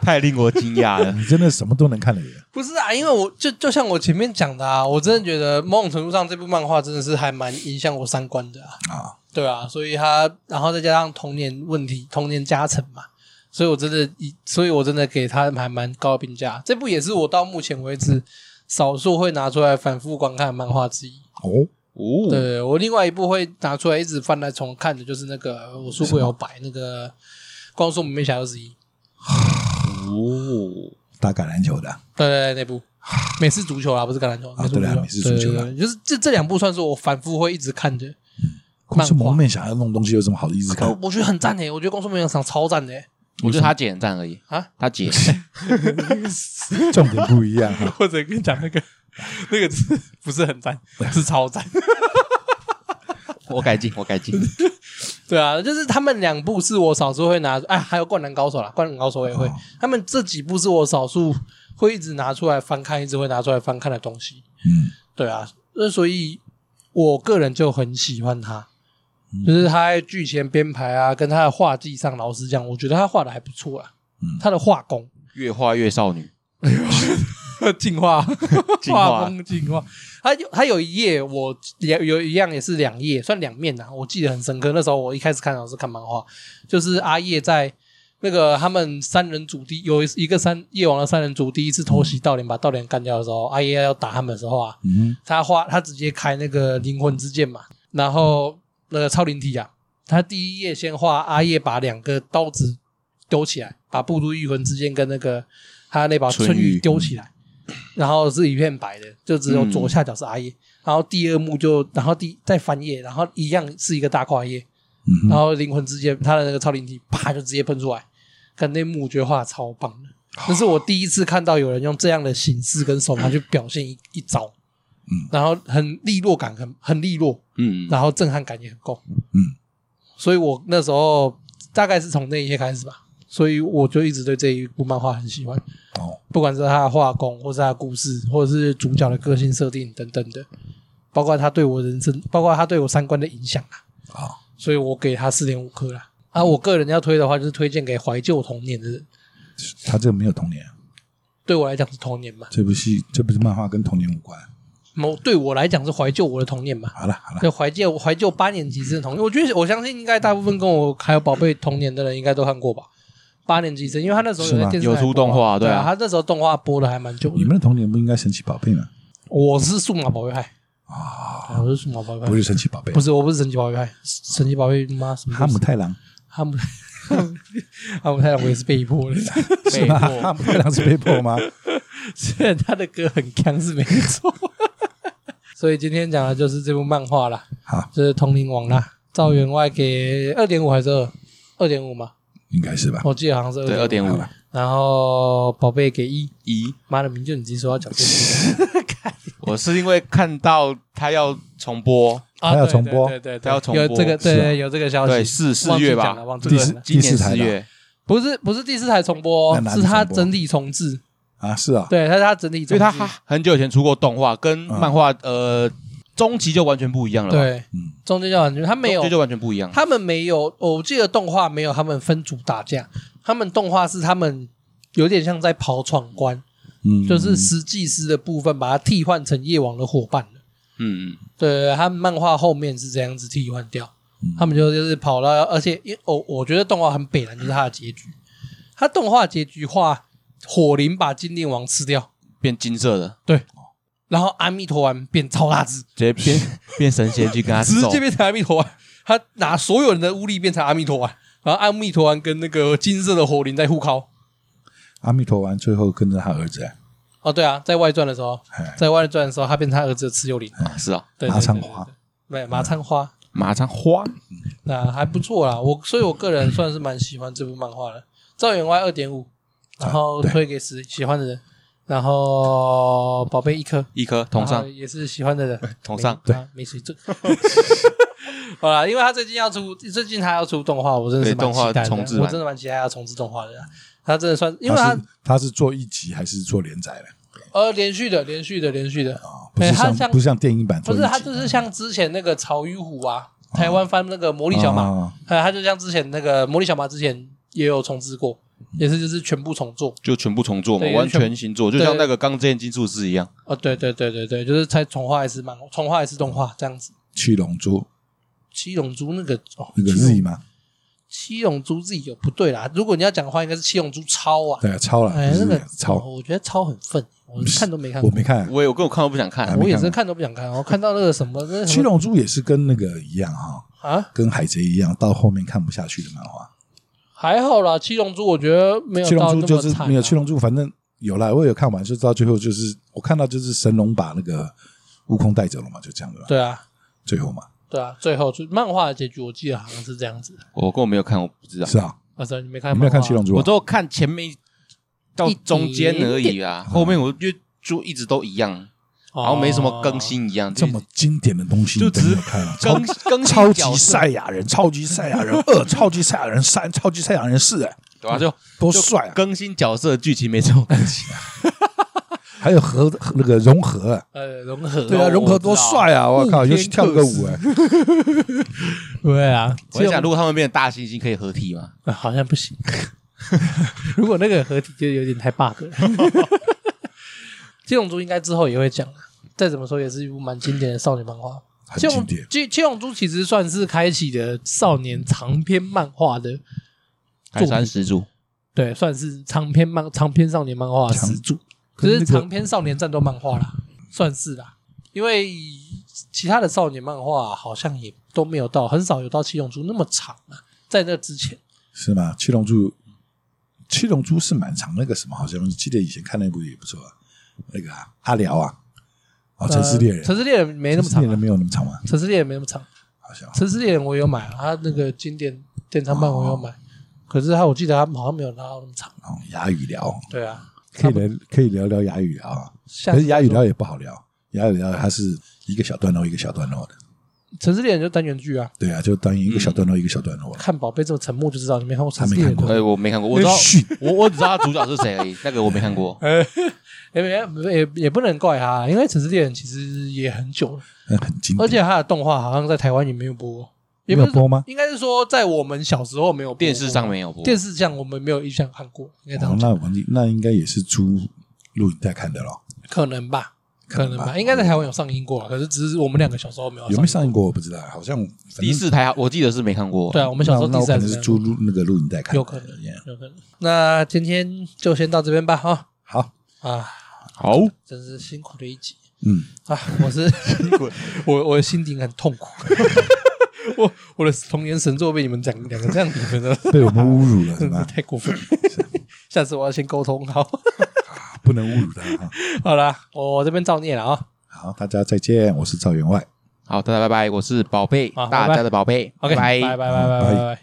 太令我惊讶了。你真的什么都能看的人，不是啊，因为我就就像我前面讲的啊，我真的觉得某种程度上这部漫画真的是还蛮影响我三观的啊。啊，对啊，所以他然后再加上童年问题、童年加成嘛，所以我真的以，所以我真的给他还蛮高的评价。这部也是我到目前为止少数会拿出来反复观看的漫画之一。哦，哦，对我另外一部会拿出来一直翻来重看的，就是那个我书柜有摆那个《光速蒙面侠二十一》，哦，打橄榄球的啊，对对对，那 部美式足球啦，不是橄榄球，啊对啦美式足球啦对对对就是这这两部算是我反复会一直看的。光是漫画蒙面想要弄东西有什么好的一直看我？我觉得很赞诶，我觉得《光速蒙面侠》超赞诶。我觉得他姐很赞而已啊，他姐 重点不一样啊，或者跟你讲那个那个字不是很 赞，是超赞。 我改 进，我改进。 对啊，就是他们两部是我少数会拿，哎，还有《灌篮高手》啦，《灌篮高手》我也哦会。他们这几部是我少数会一直拿出来翻看，一直会拿出来翻看的东西。嗯，对啊，那所以我个人就很喜欢他，嗯就是他在剧前编排啊，跟他的画技上，老实讲，我觉得他画的还不错啊，嗯他的画工越画越少女，进化， 进化画工进化，他有他有一页，我有有一样也是两页，算两面啊，我记得很深刻。那时候我一开始看我是看漫画，就是阿叶在。那个他们三人组第有一个三夜王的三人组第一次偷袭道莲，把道莲干掉的时候，阿叶要打他们的时候啊，嗯，他花他直接开那个灵魂之剑嘛，然后那个超灵体啊，他第一页先画阿叶把两个刀子丢起来，把布都御魂之剑跟那个他那把春春雨雨丢起来，然后是一片白的，就只有左下角是嗯阿叶。然后第二幕就，然后第再翻页，然后一样是一个大跨页，嗯然哼，后灵魂之剑，他的那个超灵体啪就直接喷出来，看那幕我觉得画得超棒的，那是我第一次看到有人用这样的形式跟手法去表现一一招，嗯，然后很利落感很很利落，嗯，然后震撼感也很够，嗯，所以我那时候大概是从那一页开始吧，所以我就一直对这一部漫画很喜欢，哦，不管是他的画工，或是他的故事，或者是主角的个性设定等等的，包括他对我人生，包括他对我三观的影响啊。好，所以我给他四点五颗啦。啊，我个人要推的话，就是推荐给怀旧童年的人，他这个没有童年啊，对我来讲是童年嘛，这部戏这部漫画跟童年无关。某对我来讲是怀旧我的童年嘛。好了好了，对，怀旧怀旧八年级生的童年，我觉得我相信应该大部分跟我还有宝贝童年的人应该都看过吧。八年级生，因为他那时候有是在吗电视台有出播啊动画对嗯对啊他那时候动画播的还蛮久你的。们的童年不应该神奇宝贝吗？我是数码宝贝派，啊、啊我是数码宝贝派，不是神奇宝贝，不是我不是神奇宝贝派，神奇宝贝妈什么哈姆太太郎哈姆哈姆太郎，我也是被迫的， 是吧？哈姆太郎是被迫吗？ 虽然他的歌很强是没错。 所以今天讲的就是这部漫画啦，好，就是《通灵王》啦。赵员外给二点五还是二？二点五嘛，应该是吧？我记得好像是对，二二点五。五然后宝贝给一，一，妈的，明就你自己说要讲这个我是因为看到他要重播，啊，还有对重播对对对他要重有播这个是啊对有这个消息，对四四月吧忘记第讲了，四忘记今第年四台四的月不是不是第四台重播那哦，哪里是它重播整体重置，啊，是啊，对，它是它整体重置，所以他很久以前出过动画，跟嗯漫画呃终极就完全不一样了吧。对嗯，中间叫完全它没有终极就完全不一样。他们没有，我记得动画没有他们分组打架，他们动画是他们有点像在跑闯关，嗯，就是实际师的部分把它替换成夜王的伙伴了。嗯嗯，对，他们漫画后面是这样子替换掉，他们就就是跑到，而且因我我觉得动画很北然，就是它的结局，它动画结局画火灵把金链王吃掉，变金色的，然后阿弥陀丸变超大只，直接变 变神仙去跟他直揍接。变成阿弥陀丸，他拿所有人的巫力变成阿弥陀丸，然后阿弥陀丸跟那个金色的火灵在互靠。阿弥陀丸最后跟着他儿子，哦，对啊，在外传的时候，哎，在外传的时候，他变成他儿子的持有灵，是啊，对，马仓对嗯花，对，对马仓花，马上花那还不错啦。我所以，我个人算是蛮喜欢这部漫画的，《赵员外二点五》，然后啊对推给喜喜欢的人，然后宝贝一颗，一颗同然上后也是喜欢的人， 同上没啊没水 准。好啦，因为他最近要出，最近他要出动画，我真的是对蛮期待的，动画重置版我真的蛮期待他重置动画的啦。他真的算，因为他他是他是做一集还是做连载的呃连续的、连续的、连续的，哦啊？不是哎他像像不是像电影版不做一是集，他就是像之前那个曹与虎啊，哦台湾翻那个魔力小马，啊呃，他就像之前那个魔力小马之前也有重置过，也是就是全部重做。就全部重做嘛对，完全新做，就对像那个《钢之炼金术师》一样。哦，对对对对对，就是再重画一次漫，重画一次动画这样子。七龙珠七龙珠那个哦，那个七龙 Z 嘛，七龙珠自己有不对啦。如果你要讲的话，应该是七龙珠超啊。对啊，超了，哎，不那是个超，我觉得超很愤，我看都没看 我过，没看。啊我有跟我看都不想看没，我也看是过看都不想看。我哦看到那个什么，那个什七么龙珠也是跟那个一样哈，啊，跟海贼一样，到后面看不下去的漫画。还好啦。七龙珠我觉得没有七到龙那珠就么是惨啊。没有七龙珠，反正有啦，我有看完，就到最后就是我看到就是神龙把那个悟空带走了嘛，就这样的嘛，对啊，最后嘛，对啊，最后就漫画的结局，我记得好像是这样子。我跟我没有看，我不知道。是啊，啊，所以你没看你漫没画啊？有看七龙珠我啊？都有看前面一到中间而已啊，后面我就就一直都一样，哦，然后没什么更新一样，这就么经典的东西就你都只没是有看啊？超更更新超级角色赛亚人，超级赛亚人二，超级赛亚人三，超级赛亚人四，哎，对啊，就多就帅啊！更新角色剧情没什么更新，还有和和那个融合，哎呃融合哦，对啊，融合多帅啊！我靠，天尤其跳个舞，哎，对啊，我在想，如果他们变成大猩猩，可以合体吗？呃好像不行。 如果那个合体就有点太 bug 了。 七龙珠应该之后也会讲，啊再怎么说也是一部蛮经典的少年漫画。啊很七龙经典。七七龙珠其实算是开启的少年长篇漫画的，海山始祖，对，算是长篇漫长篇少年漫画的始祖，可可是是那个长篇少年战斗漫画啦，算是啦，因为其他的少年漫画好像也都没有到，很少有到七龙珠那么长啊，在那之前。是吗？七龙珠，七龙珠是蛮长那个什么，好像记得以前看那部也不错、啊，那个、啊、阿辽啊，呃哦，城市猎人，城市猎人没那么城长市猎人啊，没有那么长吗？城市猎人没那么长，好像城市猎人我有买啊，他那个经典典藏版我有买，可是他我记得他们好像没有拿到那么长。哦，哑语 聊对啊，可以聊，可以聊聊哑语聊啊，下可次是哑语聊也不好聊，哑语聊它是一个小段落一个小段落的，城市猎人就单元剧啊，对啊，就当一个小段落一个小段落的，看宝贝这么沉默就知道你没看过城市他没猎人看过。哎，我没看过，我知道嘘，我我只知道他主角是谁而已，那个我没看过。也也也也不能怪他，因为《城市猎人》其实也很久了，那很经而典。且他的动画好像在台湾也没有播。也不嗯没有是播吗应该是说在我们小时候没有播电视上，没有播，电视上我们没有印象看过，应该这哦样讲，那我那应该也是租录影带看的咯。可能吧，可可能吧能吧，应该在台湾有上映过啊，可是只是我们两个小时候没有有没上有上映过我不知道，好像反第正四台我记得是没看过。过？对啊，我们小时候哦第那那我三可次能是租录那个录影带看的，有可能 Yeah，有可能。那今天就先到这边吧，哈好，啊，好，真是辛苦的一集嗯，啊！我 是我我的心灵很痛苦，我我的童年神作被你们讲两个这样比分 了，被我们侮辱 了是真的吧？太过分了。 下次我要先沟通好。不能侮辱他哈。好啦，我这边照念了啊。好，大家再见，我是赵员外。好，大家拜拜，我是宝贝，好大拜拜家的宝贝， OK，拜拜拜拜拜拜。